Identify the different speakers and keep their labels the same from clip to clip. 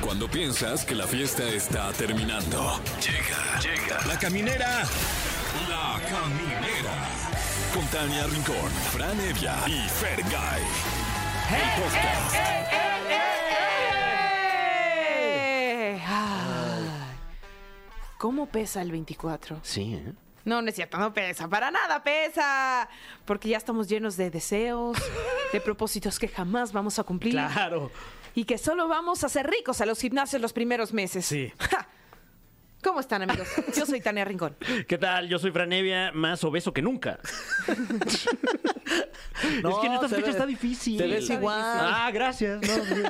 Speaker 1: Cuando piensas que la fiesta está terminando. Llega, llega. La caminera. La caminera. Con Tania Rincón, Fran Evia y Fergay. El podcast.
Speaker 2: Eh, ah. ¿Cómo pesa el 24?
Speaker 3: Sí, ¿eh?
Speaker 2: No, no es cierto, no pesa, para nada pesa, porque ya estamos llenos de deseos, de propósitos que jamás vamos a cumplir
Speaker 3: Claro.
Speaker 2: y que solo vamos a ser ricos a los gimnasios los primeros meses.
Speaker 3: Sí.
Speaker 2: Ja. ¿Cómo están amigos? Yo soy Tania Rincón.
Speaker 3: ¿Qué tal? Yo soy Franevia, más obeso que nunca. es que en estas
Speaker 4: te
Speaker 3: fechas
Speaker 4: ve-
Speaker 3: está difícil.
Speaker 4: te ves
Speaker 3: Está
Speaker 4: igual.
Speaker 3: difícil. Ah, gracias. No, sí.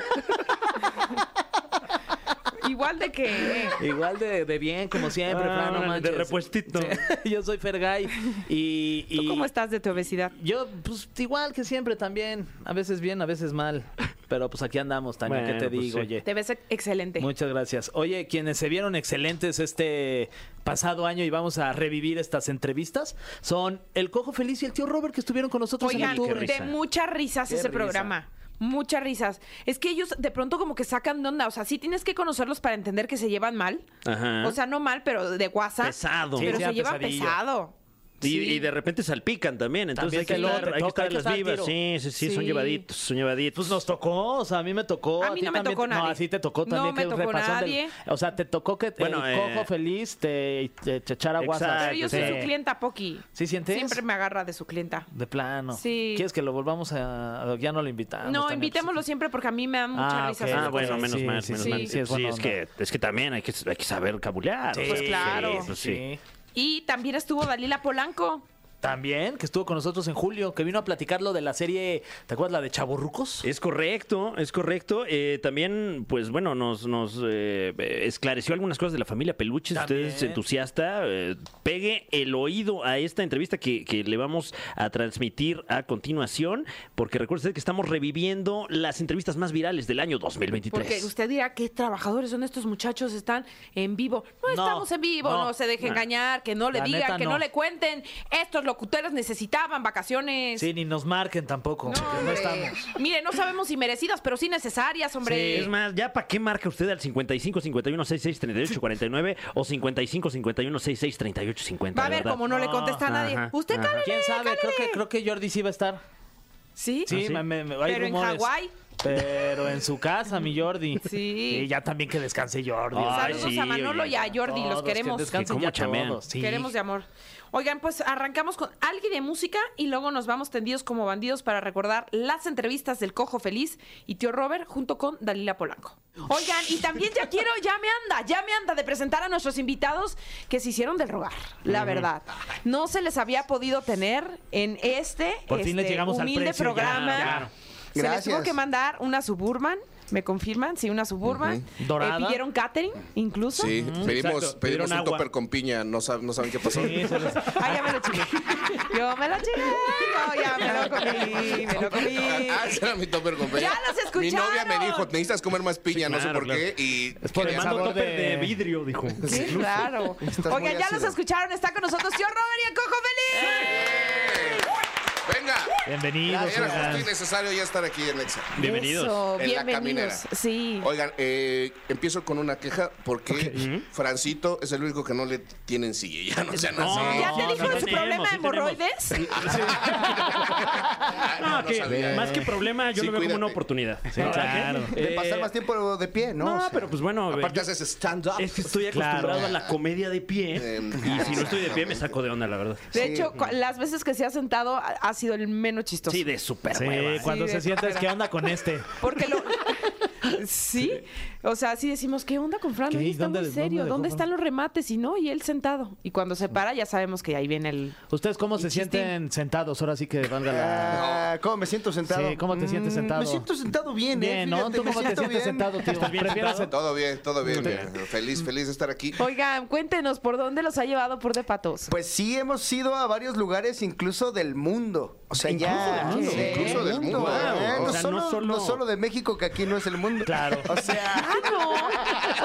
Speaker 2: Igual de que... ¿eh?
Speaker 4: Igual de, de bien, como siempre,
Speaker 3: Ah,
Speaker 4: Fran, no
Speaker 3: órale, de
Speaker 4: manches.
Speaker 3: repuestito.
Speaker 4: Sí. Yo soy Fergay y...
Speaker 2: ¿Tú
Speaker 4: y-
Speaker 2: cómo estás de tu obesidad?
Speaker 4: Yo, pues, igual que siempre también. A veces bien, a veces mal. Pero, pues, aquí andamos, Tania, ¿qué te
Speaker 3: Bueno, pues,
Speaker 4: digo,
Speaker 3: sí.
Speaker 4: oye?
Speaker 2: Te ves excelente.
Speaker 4: Muchas gracias. Oye, quienes se vieron excelentes este pasado año y vamos a revivir estas entrevistas son el Cojo Feliz y el tío Robert que estuvieron con nosotros
Speaker 2: Oigan,
Speaker 4: en octubre.
Speaker 2: de muchas risas
Speaker 4: Qué
Speaker 2: ese
Speaker 4: risa.
Speaker 2: programa. Muchas risas. Es que ellos de pronto como que sacan de onda. O sea, sí tienes que conocerlos para entender que se llevan mal.
Speaker 3: Ajá.
Speaker 2: O sea, no mal, pero de guasa.
Speaker 3: Pesado.
Speaker 2: Pero
Speaker 4: Sí,
Speaker 2: se
Speaker 4: sí,
Speaker 2: llevan
Speaker 4: pesadillo.
Speaker 2: pesado.
Speaker 3: Y,
Speaker 2: Sí.
Speaker 3: y de repente salpican también, entonces
Speaker 4: También
Speaker 3: hay que,
Speaker 4: sí,
Speaker 3: estar,
Speaker 4: te
Speaker 3: hay que
Speaker 4: toca,
Speaker 3: estar en
Speaker 4: hay que
Speaker 3: las
Speaker 4: estar al
Speaker 3: vivas.
Speaker 4: tiro.
Speaker 3: Sí, sí, sí, son
Speaker 2: Sí.
Speaker 3: llevaditos, son llevaditos.
Speaker 4: Pues nos tocó, o sea, a mí me tocó.
Speaker 2: A mí
Speaker 4: ti
Speaker 2: no me
Speaker 4: también
Speaker 2: tocó
Speaker 4: te- No,
Speaker 2: nadie.
Speaker 4: a ti te tocó
Speaker 2: No
Speaker 4: también
Speaker 2: me
Speaker 4: que un
Speaker 2: tocó
Speaker 4: repasón del-
Speaker 2: nadie.
Speaker 4: o sea, te tocó que
Speaker 3: Bueno,
Speaker 4: el
Speaker 3: eh,
Speaker 4: Cojo Feliz te, te, te echara guasa.
Speaker 2: Pero yo soy
Speaker 3: Sí.
Speaker 2: su clienta Pocky.
Speaker 4: ¿Sí sientes?
Speaker 2: Siempre me agarra de su clienta.
Speaker 4: De plano.
Speaker 2: Sí.
Speaker 4: ¿Quieres que lo volvamos a... Ya no lo invitamos.
Speaker 2: No,
Speaker 4: también,
Speaker 2: invitémoslo
Speaker 4: pues,
Speaker 2: siempre porque a mí me dan muchas
Speaker 4: Ah,
Speaker 2: risas.
Speaker 4: ok.
Speaker 2: esas
Speaker 3: Ah, bueno,
Speaker 2: cosas.
Speaker 3: menos
Speaker 4: Sí,
Speaker 3: mal,
Speaker 4: sí,
Speaker 3: menos
Speaker 2: sí.
Speaker 3: mal.
Speaker 2: Sí,
Speaker 4: es buena
Speaker 3: es, que, es que también hay que, hay que saber cabulear.
Speaker 4: Sí,
Speaker 3: o sea,
Speaker 2: Pues claro.
Speaker 3: pues sí.
Speaker 4: sí.
Speaker 2: Y también estuvo Dalila Polanco.
Speaker 4: También, que estuvo con nosotros en julio, que vino a platicar lo de la serie, ¿te acuerdas la de Chaborrucos?
Speaker 3: Es correcto, es correcto. Eh, también, pues bueno, nos, nos eh, esclareció algunas cosas de la familia Peluche. Si usted es
Speaker 4: También.
Speaker 3: entusiasta, eh, pegue el oído a esta entrevista que, que le vamos a transmitir a continuación, porque recuerde usted que estamos reviviendo las entrevistas más virales del año 2023.
Speaker 2: Porque usted dirá qué trabajadores son estos muchachos, están en vivo. No,
Speaker 4: No,
Speaker 2: estamos en vivo, no,
Speaker 4: no.
Speaker 2: se deje
Speaker 3: No.
Speaker 2: engañar, que no le
Speaker 4: La
Speaker 2: digan,
Speaker 4: neta,
Speaker 2: que no.
Speaker 4: no.
Speaker 2: le cuenten. Estos locutores necesitaban vacaciones.
Speaker 4: Sí, ni nos marquen tampoco,
Speaker 2: No,
Speaker 4: porque no
Speaker 2: hombre.
Speaker 4: estamos.
Speaker 2: Mire, no sabemos si merecidas, pero sí necesarias, hombre.
Speaker 3: Es más, ¿ya para qué marca usted al 55 51 66 38 49 o 55 51 66 38 50?
Speaker 2: Va a ver
Speaker 3: ¿verdad?
Speaker 2: cómo no, le contesta a nadie.
Speaker 3: Ajá,
Speaker 2: Usted
Speaker 3: ajá.
Speaker 2: cálele,
Speaker 4: ¿Quién sabe? Creo que,
Speaker 2: cálele.
Speaker 4: creo que Jordi sí va a estar.
Speaker 2: ¿Sí?
Speaker 4: Sí,
Speaker 3: ¿Ah, sí?
Speaker 4: me- me- me- hay
Speaker 2: Pero en
Speaker 4: rumores.
Speaker 2: Hawái.
Speaker 4: Pero en su casa, mi Jordi.
Speaker 2: Sí.
Speaker 4: Y ya también que descanse Jordi.
Speaker 3: Ay,
Speaker 2: Saludos
Speaker 3: sí,
Speaker 2: a Manolo
Speaker 3: oye.
Speaker 2: y a Jordi, los
Speaker 4: Todos,
Speaker 2: queremos.
Speaker 4: Que descansen
Speaker 3: Que cómo
Speaker 4: ya
Speaker 3: chamean.
Speaker 4: todos. Sí.
Speaker 2: Queremos de amor. Oigan, pues arrancamos con alguien de música y luego nos vamos tendidos como bandidos para recordar las entrevistas del Cojo Feliz y Tío Robert junto con Dalila Polanco. Oigan, y también ya quiero, ya me anda, ya me anda de presentar a nuestros invitados que se hicieron del rogar, la verdad. No se les había podido tener en este,
Speaker 4: Por fin les
Speaker 2: este,
Speaker 4: llegamos al
Speaker 2: humilde
Speaker 4: precio,
Speaker 2: programa.
Speaker 4: claro, claro.
Speaker 2: Se les
Speaker 5: Gracias.
Speaker 2: tuvo que mandar una Suburban, ¿me confirman? Sí, una Suburban.
Speaker 4: Ujú. Dorada.
Speaker 2: Eh, pidieron catering, incluso.
Speaker 5: Sí, pedimos,
Speaker 4: Exacto,
Speaker 5: pedimos
Speaker 4: pidieron
Speaker 5: un
Speaker 4: agua.
Speaker 5: topper con piña, no, sab- no saben qué pasó.
Speaker 4: Sí, se les-
Speaker 2: Ay, ya me lo chingué. Yo me lo chingué. No, ya me lo comí, me lo
Speaker 5: Ah,
Speaker 2: comí.
Speaker 5: ese era mi topper con piña.
Speaker 2: ¡Ya los
Speaker 5: Mi novia me dijo,
Speaker 2: escucharon!
Speaker 5: necesitas comer más piña,
Speaker 3: Sí,
Speaker 5: no sé
Speaker 3: claro,
Speaker 5: por
Speaker 3: claro.
Speaker 5: qué. Y
Speaker 4: Es por el
Speaker 5: quería
Speaker 4: mando
Speaker 5: sabor
Speaker 4: topper de-
Speaker 3: vidrio, dijo.
Speaker 2: Sí, claro.
Speaker 5: Estás
Speaker 2: Oigan,
Speaker 5: muy
Speaker 2: ya
Speaker 5: ácido.
Speaker 2: los escucharon. Está con nosotros tío Robert y el Cojo Feliz.
Speaker 5: Venga,
Speaker 4: Bienvenidos.
Speaker 5: era
Speaker 4: oigan.
Speaker 5: justo y necesario ya estar aquí en Exa.
Speaker 3: Bienvenidos.
Speaker 2: Eso,
Speaker 5: En la caminera.
Speaker 2: bienvenidos. Sí.
Speaker 5: Oigan, eh, empiezo con una queja porque Francito es el único que no le tienen silla. Ya no sean así.
Speaker 2: ¿Ya te
Speaker 3: no,
Speaker 2: dijo
Speaker 3: sí
Speaker 2: de su
Speaker 3: tenemos,
Speaker 2: problema de
Speaker 3: sí
Speaker 2: hemorroides?
Speaker 5: Ah,
Speaker 3: No, que-
Speaker 5: sabía.
Speaker 3: más que problema, yo
Speaker 5: Sí,
Speaker 3: lo veo como una
Speaker 5: cuídate.
Speaker 3: oportunidad.
Speaker 4: Sí,
Speaker 3: ¿No,
Speaker 4: claro.
Speaker 3: Ángel?
Speaker 6: De pasar
Speaker 3: Eh,
Speaker 6: más tiempo de pie, ¿no?
Speaker 3: No,
Speaker 6: O sea,
Speaker 3: pero pues bueno,
Speaker 5: Aparte
Speaker 3: yo-
Speaker 5: haces stand-up.
Speaker 3: es que estoy
Speaker 4: Claro.
Speaker 3: acostumbrado a la comedia de pie.
Speaker 5: Em,
Speaker 3: Y si no estoy de pie, me
Speaker 5: exactamente.
Speaker 3: saco de onda, la verdad.
Speaker 2: De hecho, cu- las veces que se ha sentado ha- ha sido el menos chistoso.
Speaker 3: Sí, de super
Speaker 4: Sí,
Speaker 3: hueva.
Speaker 4: cuando
Speaker 2: Sí, de
Speaker 4: se sientes,
Speaker 2: cólera.
Speaker 4: ¿qué onda con este?
Speaker 2: Porque lo. Sí, o sea, sí decimos, ¿qué onda con Fran?
Speaker 4: ¿Qué?
Speaker 2: Oye, está
Speaker 4: ¿Dónde-
Speaker 2: muy
Speaker 4: dónde
Speaker 2: serio,
Speaker 4: dejó
Speaker 2: ¿dónde
Speaker 4: Fran?
Speaker 2: están los remates? Y no, y él sentado. Y cuando se para, ya sabemos que ahí viene el.
Speaker 4: ¿Ustedes cómo
Speaker 2: Y
Speaker 4: se
Speaker 2: chistín.
Speaker 4: sienten sentados? Ahora sí que valga la...
Speaker 6: ah, ¿Cómo me siento sentado? Mm,
Speaker 4: Sí, ¿cómo te sientes sentado?
Speaker 6: Me siento sentado bien, ¿eh?
Speaker 4: Bien, ¿no?
Speaker 6: Fíjate,
Speaker 4: ¿Tú
Speaker 6: me
Speaker 4: cómo te
Speaker 6: siento
Speaker 4: sientes
Speaker 6: bien.
Speaker 4: sentado, tío?
Speaker 3: ¿Estás bien
Speaker 4: ¿Prefieres
Speaker 3: sentado?
Speaker 5: Todo bien, todo bien. mira.
Speaker 6: Mm.
Speaker 5: Feliz, feliz de estar aquí.
Speaker 2: Oigan, cuéntenos, ¿por dónde los ha llevado por de patos?
Speaker 6: Pues sí, hemos ido a varios lugares, incluso del mundo. O sea,
Speaker 3: Incluso
Speaker 6: ya.
Speaker 3: del mundo.
Speaker 6: Sí.
Speaker 5: Incluso del mundo.
Speaker 6: ¿eh?
Speaker 3: Wow.
Speaker 6: No,
Speaker 3: O sea, no
Speaker 6: solo,
Speaker 3: solo-
Speaker 6: no solo de México, que aquí no es el mundo.
Speaker 4: Claro.
Speaker 6: O sea,
Speaker 2: Ah, no.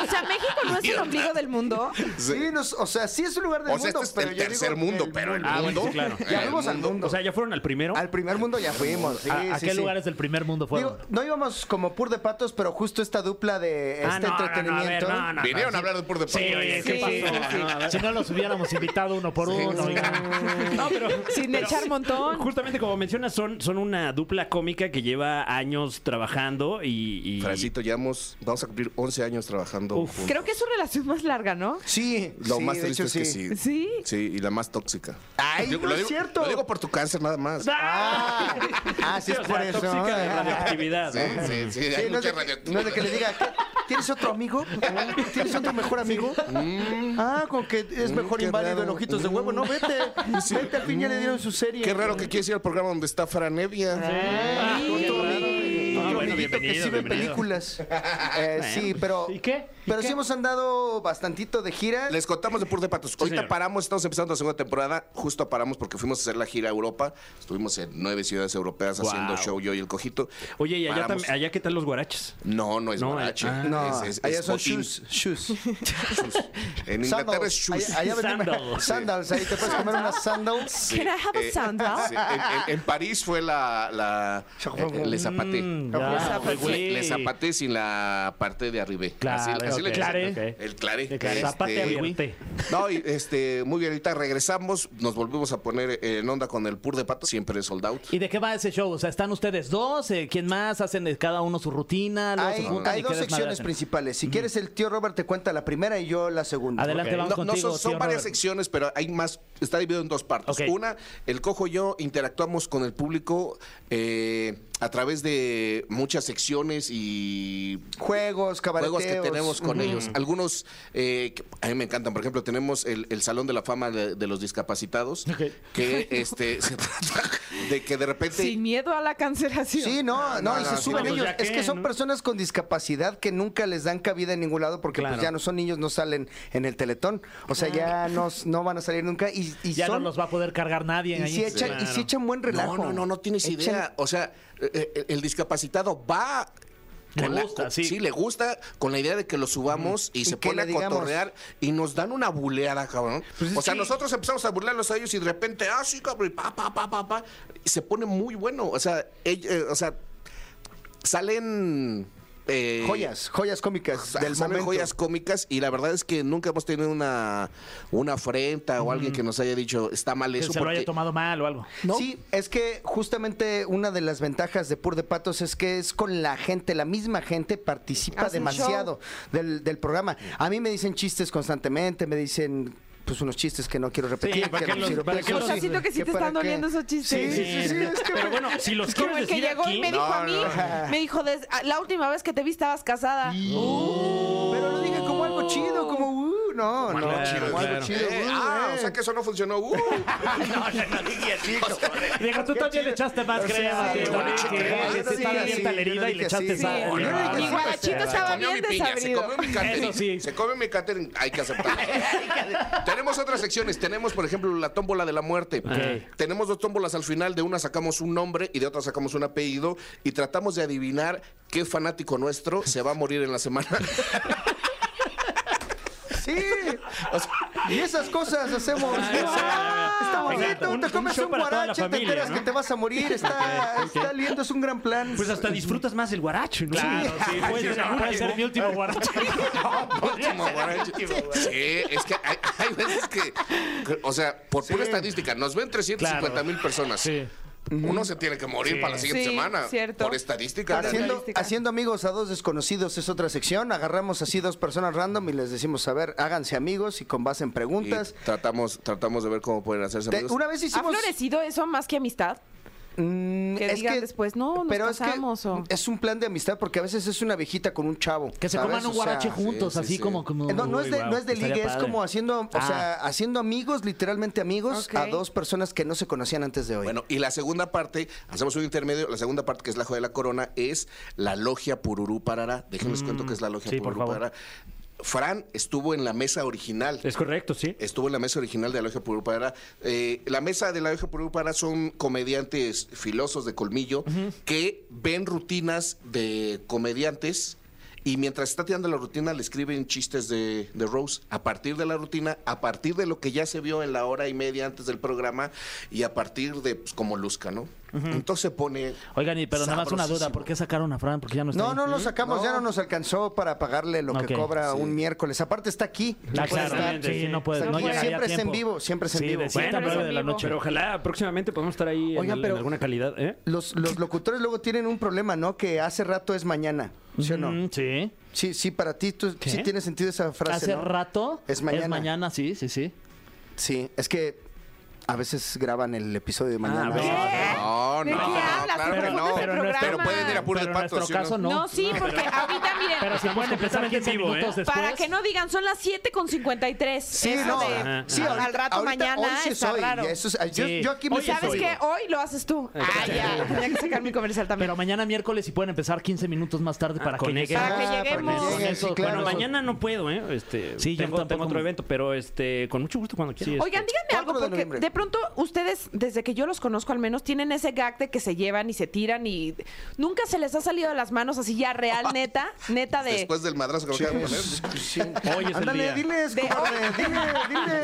Speaker 2: O sea, México no es el ombligo del mundo.
Speaker 5: Sí.
Speaker 6: sí, nos- o sea, sí es un lugar del
Speaker 5: O sea,
Speaker 6: mundo,
Speaker 5: este es
Speaker 6: pero
Speaker 5: el
Speaker 6: yo
Speaker 5: tercer
Speaker 6: digo
Speaker 5: mundo,
Speaker 6: el
Speaker 5: pero el
Speaker 3: Ah, bueno,
Speaker 5: mundo.
Speaker 3: sí, claro.
Speaker 6: Ya
Speaker 5: el
Speaker 6: fuimos al mundo.
Speaker 3: O sea, ya fueron al primero.
Speaker 6: Al primer mundo ya fuimos. Sí,
Speaker 4: ¿A, a
Speaker 6: sí,
Speaker 4: qué
Speaker 6: sí.
Speaker 4: lugares del primer mundo fueron?
Speaker 6: Digo, no íbamos como pur de patos, pero justo esta dupla de
Speaker 3: Ah,
Speaker 6: este
Speaker 3: no, no, no, a ver,
Speaker 6: entretenimiento.
Speaker 3: no, no.
Speaker 5: Vinieron a hablar de por de
Speaker 3: Sí, oye, ¿qué
Speaker 2: Sí,
Speaker 3: pasó?
Speaker 2: sí.
Speaker 3: No, a ver.
Speaker 4: Si no los hubiéramos invitado uno por uno. oigan.
Speaker 3: No, pero-
Speaker 2: Sin
Speaker 3: pero-
Speaker 2: echar montón.
Speaker 3: Justamente como mencionas, son, son una dupla cómica que lleva años trabajando y. y-
Speaker 5: Francito, ya hemos, vamos a cumplir 11 años trabajando.
Speaker 3: Uf.
Speaker 5: juntos.
Speaker 2: Creo que es su relación más larga, ¿no?
Speaker 6: Sí,
Speaker 5: Lo
Speaker 6: sí,
Speaker 5: más
Speaker 6: de
Speaker 5: triste
Speaker 6: hecho,
Speaker 5: es que sí.
Speaker 2: ¿Sí?
Speaker 5: Sí, y la más tóxica.
Speaker 6: Ay, no es cierto.
Speaker 5: Lo digo por tu cáncer nada más.
Speaker 6: Ah, ah, sí,
Speaker 3: Sí,
Speaker 6: es
Speaker 3: o
Speaker 6: por
Speaker 3: sea,
Speaker 6: eso. ¿eh?
Speaker 3: Tóxica de radioactividad.
Speaker 5: Sí,
Speaker 3: ¿no?
Speaker 5: sí, sí.
Speaker 6: Sí,
Speaker 5: Hay
Speaker 6: no, es
Speaker 5: mucha
Speaker 6: de, que-
Speaker 5: radioactividad.
Speaker 6: no es de que le diga, "¿Qué- ¿tienes otro amigo? ¿Tienes otro mejor amigo? Ah, con que es
Speaker 5: Mm,
Speaker 6: mejor
Speaker 5: qué
Speaker 6: inválido
Speaker 5: raro.
Speaker 6: en ojitos de huevo. No, vete. Vete, al fin ya le dieron su serie.
Speaker 5: Qué raro que quieres ir al programa donde está Franevia.
Speaker 6: Ah,
Speaker 3: Sí.
Speaker 6: con tu amigo,
Speaker 3: Ah,
Speaker 6: con tu
Speaker 3: bueno,
Speaker 6: amiguito que
Speaker 3: bienvenido,
Speaker 6: sí ve
Speaker 3: bienvenido.
Speaker 6: películas. Eh, sí, pero.
Speaker 4: ¿Y qué? ¿Y
Speaker 6: Pero
Speaker 4: qué?
Speaker 6: sí hemos andado bastantito de gira.
Speaker 5: Les contamos de Pur de Patos. Ahorita
Speaker 3: señor.
Speaker 5: paramos, estamos empezando la segunda temporada. Justo paramos porque fuimos a hacer la gira a Europa. Estuvimos en nueve ciudades europeas
Speaker 3: Guau.
Speaker 5: haciendo show yo y el cojito.
Speaker 3: Oye, ¿y allá,
Speaker 5: Paramos.
Speaker 3: tam- allá qué tal los guaraches?
Speaker 5: No, no es
Speaker 3: No,
Speaker 5: guarache.
Speaker 3: ah.
Speaker 6: No,
Speaker 5: es- es-
Speaker 6: allá
Speaker 5: es
Speaker 6: son
Speaker 5: botín.
Speaker 6: shoes. Shoes.
Speaker 5: En Inglaterra es shoes.
Speaker 6: Allá, allá
Speaker 3: Sandals.
Speaker 6: vendemos- sandals. Ahí te puedes comer unas sandals.
Speaker 5: Sí,
Speaker 2: Can I have a
Speaker 5: eh,
Speaker 6: ah,
Speaker 2: sandal?
Speaker 5: sí, en, en- en París fue la. la eh, eh, le zapaté.
Speaker 4: Mm, ya,
Speaker 5: Le zapaté.
Speaker 4: güey.
Speaker 5: Le zapaté sin la parte de arriba.
Speaker 4: Claro,
Speaker 5: así así le
Speaker 4: ok.
Speaker 5: dicen.
Speaker 4: Claro,
Speaker 3: ok.
Speaker 5: El claré.
Speaker 3: Claro.
Speaker 5: Este,
Speaker 3: Zapate abierto.
Speaker 5: No, y este, muy bien, ahorita regresamos, nos volvimos a poner en onda con el pur de pato, siempre sold out.
Speaker 4: ¿Y de qué va ese show? O sea, ¿están ustedes dos? Eh, ¿Quién más? ¿Hacen eh, cada uno su rutina? Luego se
Speaker 6: Hay,
Speaker 4: juntan
Speaker 6: hay
Speaker 4: y qué
Speaker 6: dos
Speaker 4: desmadre
Speaker 6: secciones
Speaker 4: hacen?
Speaker 6: principales. Si quieres, el tío Robert te cuenta la primera y yo la segunda.
Speaker 4: Adelante,
Speaker 3: Ok.
Speaker 4: vamos
Speaker 5: No, no,
Speaker 4: contigo.
Speaker 5: son, son
Speaker 4: tío
Speaker 5: varias
Speaker 4: Robert.
Speaker 5: secciones, pero hay más, está dividido en dos partes.
Speaker 4: Ok.
Speaker 5: Una, el cojo y yo interactuamos con el público eh, a través de muchas secciones y
Speaker 6: Juegos, cabareteos.
Speaker 5: juegos que tenemos con ellos. Algunos eh, que a mí me encantan. Por ejemplo, tenemos el, el Salón de la Fama de, de los Discapacitados, que este se trata de que de repente
Speaker 2: Sin miedo a la cancelación.
Speaker 6: Sí, no, no,
Speaker 5: No,
Speaker 6: y
Speaker 5: no,
Speaker 6: se
Speaker 5: sí,
Speaker 6: suben
Speaker 3: pues,
Speaker 6: ellos.
Speaker 3: ya
Speaker 6: Es
Speaker 3: qué,
Speaker 6: que son
Speaker 3: ¿no?
Speaker 6: personas con discapacidad que nunca les dan cabida en ningún lado porque
Speaker 3: Claro.
Speaker 6: pues ya no son niños, no salen en el teletón. O sea, ya no, no van a salir nunca y, y
Speaker 4: Ya no
Speaker 6: son...
Speaker 4: los va a poder cargar nadie.
Speaker 6: y
Speaker 4: ahí.
Speaker 6: si echan, y si echan buen relajo.
Speaker 5: No, no, no, no tienes
Speaker 6: Echan-
Speaker 5: idea. O sea, eh, eh, el discapacitado va.
Speaker 4: Le
Speaker 5: con la-
Speaker 4: gusta,
Speaker 5: con-
Speaker 4: sí.
Speaker 5: le gusta con la idea de que lo subamos y, se
Speaker 6: que
Speaker 5: pone
Speaker 6: le
Speaker 5: a
Speaker 6: digamos.
Speaker 5: cotorrear y nos dan una buleada, cabrón.
Speaker 6: Pues es
Speaker 5: o sea,
Speaker 6: que-
Speaker 5: nosotros empezamos a burlarlos a ellos y de repente, ah, sí, cabrón, y pa, pa, pa, pa, pa. Y se pone muy bueno. O sea, ell- eh, o sea salen. eh,
Speaker 6: Joyas, joyas cómicas del
Speaker 5: del
Speaker 6: momento.
Speaker 5: Ah, joyas cómicas y la verdad es que nunca hemos tenido una, una afrenta o alguien que nos haya dicho está mal
Speaker 4: Que
Speaker 5: eso
Speaker 4: se lo haya
Speaker 5: porque-
Speaker 4: tomado mal o algo.
Speaker 6: Sí, es que justamente una de las ventajas de Pur de Patos es que es con la gente, la misma gente participa
Speaker 2: Hace un
Speaker 6: demasiado del, del programa. A mí me dicen chistes constantemente, me dicen pues unos chistes que no quiero repetir.
Speaker 3: Sí, ¿para
Speaker 6: que
Speaker 3: qué
Speaker 6: los
Speaker 3: los- para qué
Speaker 6: piropeos,
Speaker 3: los- O sea,
Speaker 2: siento que sí te
Speaker 6: para
Speaker 2: están
Speaker 6: qué.
Speaker 2: doliendo esos chistes.
Speaker 6: Sí, sí, sí, sí,
Speaker 4: Eh,
Speaker 6: es que
Speaker 3: Pero bueno, si los
Speaker 2: Como
Speaker 3: quieres
Speaker 2: el que
Speaker 3: decir
Speaker 2: llegó
Speaker 3: aquí,
Speaker 2: y me dijo
Speaker 5: No,
Speaker 2: a mí,
Speaker 5: no.
Speaker 2: me dijo, "Des- ah, la última vez que te vi estabas casada.
Speaker 6: Pero lo dije como algo chido, como uh, no, no,
Speaker 3: algo chido,
Speaker 6: como algo
Speaker 3: claro.
Speaker 6: chido.
Speaker 5: Eh,
Speaker 6: uh,
Speaker 5: ah,
Speaker 6: eh.
Speaker 5: o sea que eso no funcionó. Uh.
Speaker 4: Digo, tú también le echaste más crema.
Speaker 6: sí,
Speaker 4: tío,
Speaker 6: bueno,
Speaker 4: también,
Speaker 5: sí,
Speaker 4: que- que
Speaker 5: sí, sí,
Speaker 4: estaba
Speaker 5: sí,
Speaker 4: abierta la
Speaker 6: yo
Speaker 4: herida
Speaker 6: le
Speaker 4: y le
Speaker 6: dije
Speaker 4: echaste
Speaker 6: sí.
Speaker 4: sal.
Speaker 6: Sí,
Speaker 4: Ah,
Speaker 6: yo le dije
Speaker 4: no,
Speaker 2: Mi
Speaker 6: sí.
Speaker 4: no,
Speaker 2: guarachito
Speaker 4: no,
Speaker 2: estaba
Speaker 5: comió
Speaker 2: bien
Speaker 5: mi piña, se
Speaker 2: desabrido.
Speaker 5: comió mi catering.
Speaker 4: Eso sí.
Speaker 5: Se comió mi catering, hay que aceptarlo. Tenemos otras secciones. Tenemos, por ejemplo, la tómbola de la muerte.
Speaker 4: Ok.
Speaker 5: Tenemos dos tómbolas al final. De una sacamos un nombre y de otra sacamos un apellido. Y tratamos de adivinar qué fanático nuestro se va a morir en la semana.
Speaker 6: Sí. y esas cosas hacemos. Está
Speaker 3: Ah, Exacto.
Speaker 6: bonito,
Speaker 3: Un-
Speaker 6: te comes
Speaker 3: un show
Speaker 6: un
Speaker 3: para toda la
Speaker 6: guarache, te
Speaker 3: familia,
Speaker 6: enteras
Speaker 3: ¿no?
Speaker 6: que te vas a morir. Está, está lindo, es un gran plan.
Speaker 3: Pues hasta disfrutas más el guaracho, ¿no?
Speaker 4: Claro, sí, puede ser- puede ser mi último guaracho.
Speaker 5: Último guarache. Sí, es que hay, hay veces que, o sea, por pura estadística, nos ven 350 mil personas.
Speaker 4: Sí.
Speaker 5: Uno se tiene que morir para la siguiente
Speaker 2: Sí,
Speaker 5: semana.
Speaker 2: cierto.
Speaker 5: Por estadística.
Speaker 6: Haciendo,
Speaker 2: estadística.
Speaker 6: haciendo amigos a dos desconocidos es otra sección. Agarramos así dos personas random y les decimos, a ver, háganse amigos y con base en
Speaker 5: Y
Speaker 6: preguntas.
Speaker 5: tratamos, tratamos de ver cómo pueden hacerse
Speaker 6: Te-
Speaker 5: amigos.
Speaker 6: una vez
Speaker 2: ¿Ha
Speaker 6: hicimos...
Speaker 2: florecido eso más que amistad?
Speaker 6: Mm,
Speaker 2: Que digan después, "No, nos
Speaker 6: pero es que
Speaker 2: casamos", o-
Speaker 6: es un plan de amistad porque a veces es una viejita con un chavo.
Speaker 4: Que se
Speaker 6: ¿sabes?
Speaker 4: coman un
Speaker 6: O sea, eh,
Speaker 4: guarache juntos,
Speaker 5: sí,
Speaker 4: así
Speaker 5: sí.
Speaker 4: como. como-
Speaker 6: No, no es
Speaker 4: Uy,
Speaker 6: de,
Speaker 4: guau,
Speaker 6: no es de
Speaker 4: estaría
Speaker 6: ligue, es
Speaker 4: padre.
Speaker 6: como haciendo, o
Speaker 4: Ah.
Speaker 6: sea, haciendo amigos, literalmente amigos,
Speaker 2: Ok.
Speaker 6: a dos personas que no se conocían antes de hoy.
Speaker 5: Bueno, y la segunda parte, hacemos un intermedio, la segunda parte que es la joya de la corona es la logia Pururú Parará. Déjenles cuento que es la logia
Speaker 4: Mm. sí, por
Speaker 5: Pururú
Speaker 4: favor.
Speaker 5: Parará. Fran estuvo en la mesa original.
Speaker 3: Es correcto, sí.
Speaker 5: Estuvo en la mesa original de Aloja Purupara. Eh, la mesa de Aloja Purupara son comediantes filosos de colmillo que ven rutinas de comediantes y mientras está tirando la rutina le escriben chistes de, de Rose. A partir de la rutina, a partir de lo que ya se vio en la hora y media antes del programa y a partir de pues, como luzca, ¿no? Entonces pone...
Speaker 4: Oigan, y pero nada más una duda,
Speaker 5: sabrosísimo.
Speaker 4: ¿por qué sacaron a Fran? Porque ya no está.
Speaker 6: No,
Speaker 4: ahí.
Speaker 6: no lo sacamos, ya no nos alcanzó para pagarle lo que
Speaker 4: Ok, Ah,
Speaker 6: cobra un miércoles. Aparte está aquí.
Speaker 3: La
Speaker 6: puede
Speaker 3: claro,
Speaker 6: estar.
Speaker 3: claramente,
Speaker 4: sí, no puede.
Speaker 6: Está
Speaker 4: no
Speaker 6: aquí.
Speaker 4: llegaría a
Speaker 6: siempre está en
Speaker 4: tiempo.
Speaker 6: vivo, siempre está en
Speaker 4: Sí,
Speaker 6: vivo.
Speaker 4: de siete a
Speaker 2: Bueno,
Speaker 4: nueve
Speaker 2: es
Speaker 4: de
Speaker 2: en
Speaker 4: la
Speaker 2: vivo.
Speaker 4: noche.
Speaker 3: Pero ojalá próximamente podamos estar ahí en
Speaker 6: Oigan,
Speaker 3: al- en,
Speaker 6: pero-
Speaker 3: alguna calidad. ¿eh?
Speaker 6: Los, los locutores luego tienen un problema, ¿no? Que hace rato es mañana, ¿sí o no?
Speaker 4: Mm, sí.
Speaker 6: Sí, sí, para ti tú-
Speaker 4: ¿Qué?
Speaker 6: sí tiene sentido esa frase,
Speaker 4: Hace
Speaker 6: ¿no?
Speaker 4: rato.
Speaker 6: Es mañana.
Speaker 4: Es mañana, sí, sí, sí.
Speaker 6: Sí, es que a veces graban el episodio de
Speaker 4: Ah,
Speaker 6: mañana.
Speaker 3: a veces.
Speaker 5: No,
Speaker 2: ¿Eh? ¿De
Speaker 5: no,
Speaker 2: qué hablas?
Speaker 5: claro que
Speaker 2: Pero
Speaker 5: no.
Speaker 2: no, pero no es-
Speaker 5: Pero pueden ir a
Speaker 4: Pero
Speaker 5: puro del
Speaker 4: en
Speaker 5: pato.
Speaker 4: nuestro
Speaker 5: ¿sí o no?
Speaker 4: caso, no.
Speaker 2: No, sí, porque ahorita miren.
Speaker 4: Pero si pueden empezar
Speaker 3: completamente
Speaker 4: 15
Speaker 3: en vivo,
Speaker 4: minutos
Speaker 3: ¿eh?
Speaker 4: después.
Speaker 2: Para que no digan, son las 7 con 53.
Speaker 6: Sí,
Speaker 2: Eso
Speaker 6: no.
Speaker 2: de,
Speaker 6: ajá, sí,
Speaker 2: al
Speaker 6: ahorita-
Speaker 2: rato
Speaker 6: ahorita
Speaker 2: mañana
Speaker 6: Hoy sí
Speaker 2: está
Speaker 6: soy,
Speaker 2: raro.
Speaker 6: ya eso es- yo,
Speaker 4: Sí.
Speaker 6: yo aquí
Speaker 4: Hoy
Speaker 6: me
Speaker 4: sí
Speaker 2: ¿Sabes
Speaker 6: soy.
Speaker 2: qué? Hoy lo haces tú. Ah, ya. Tenía que sacar mi comercial también.
Speaker 4: Pero mañana miércoles y pueden empezar 15 minutos más tarde
Speaker 3: Ah,
Speaker 4: para que
Speaker 3: con
Speaker 4: lleguen.
Speaker 3: Para
Speaker 2: que
Speaker 6: Ah,
Speaker 2: lleguemos.
Speaker 6: para que
Speaker 4: Con
Speaker 6: lleguen,
Speaker 4: eso,
Speaker 6: sí, claro.
Speaker 4: bueno,
Speaker 3: Bueno, mañana no puedo, ¿eh? Este,
Speaker 4: Sí, yo
Speaker 3: tengo, tengo
Speaker 4: tampoco.
Speaker 3: otro evento, pero este, con mucho gusto cuando quieras.
Speaker 2: Oigan, díganme algo,
Speaker 6: 4 de
Speaker 2: porque
Speaker 6: noviembre.
Speaker 2: de pronto ustedes, desde que yo los conozco al menos, tienen ese gag de que se llevan y se tiran y nunca se les ha salido de las manos así ya real, neta, neta de...
Speaker 5: Después del madrazo que me acaban de poner.
Speaker 6: Sí.
Speaker 4: Hoy es el
Speaker 6: Ándale,
Speaker 4: día.
Speaker 6: diles,
Speaker 2: De-
Speaker 6: cobarde, dile, dile,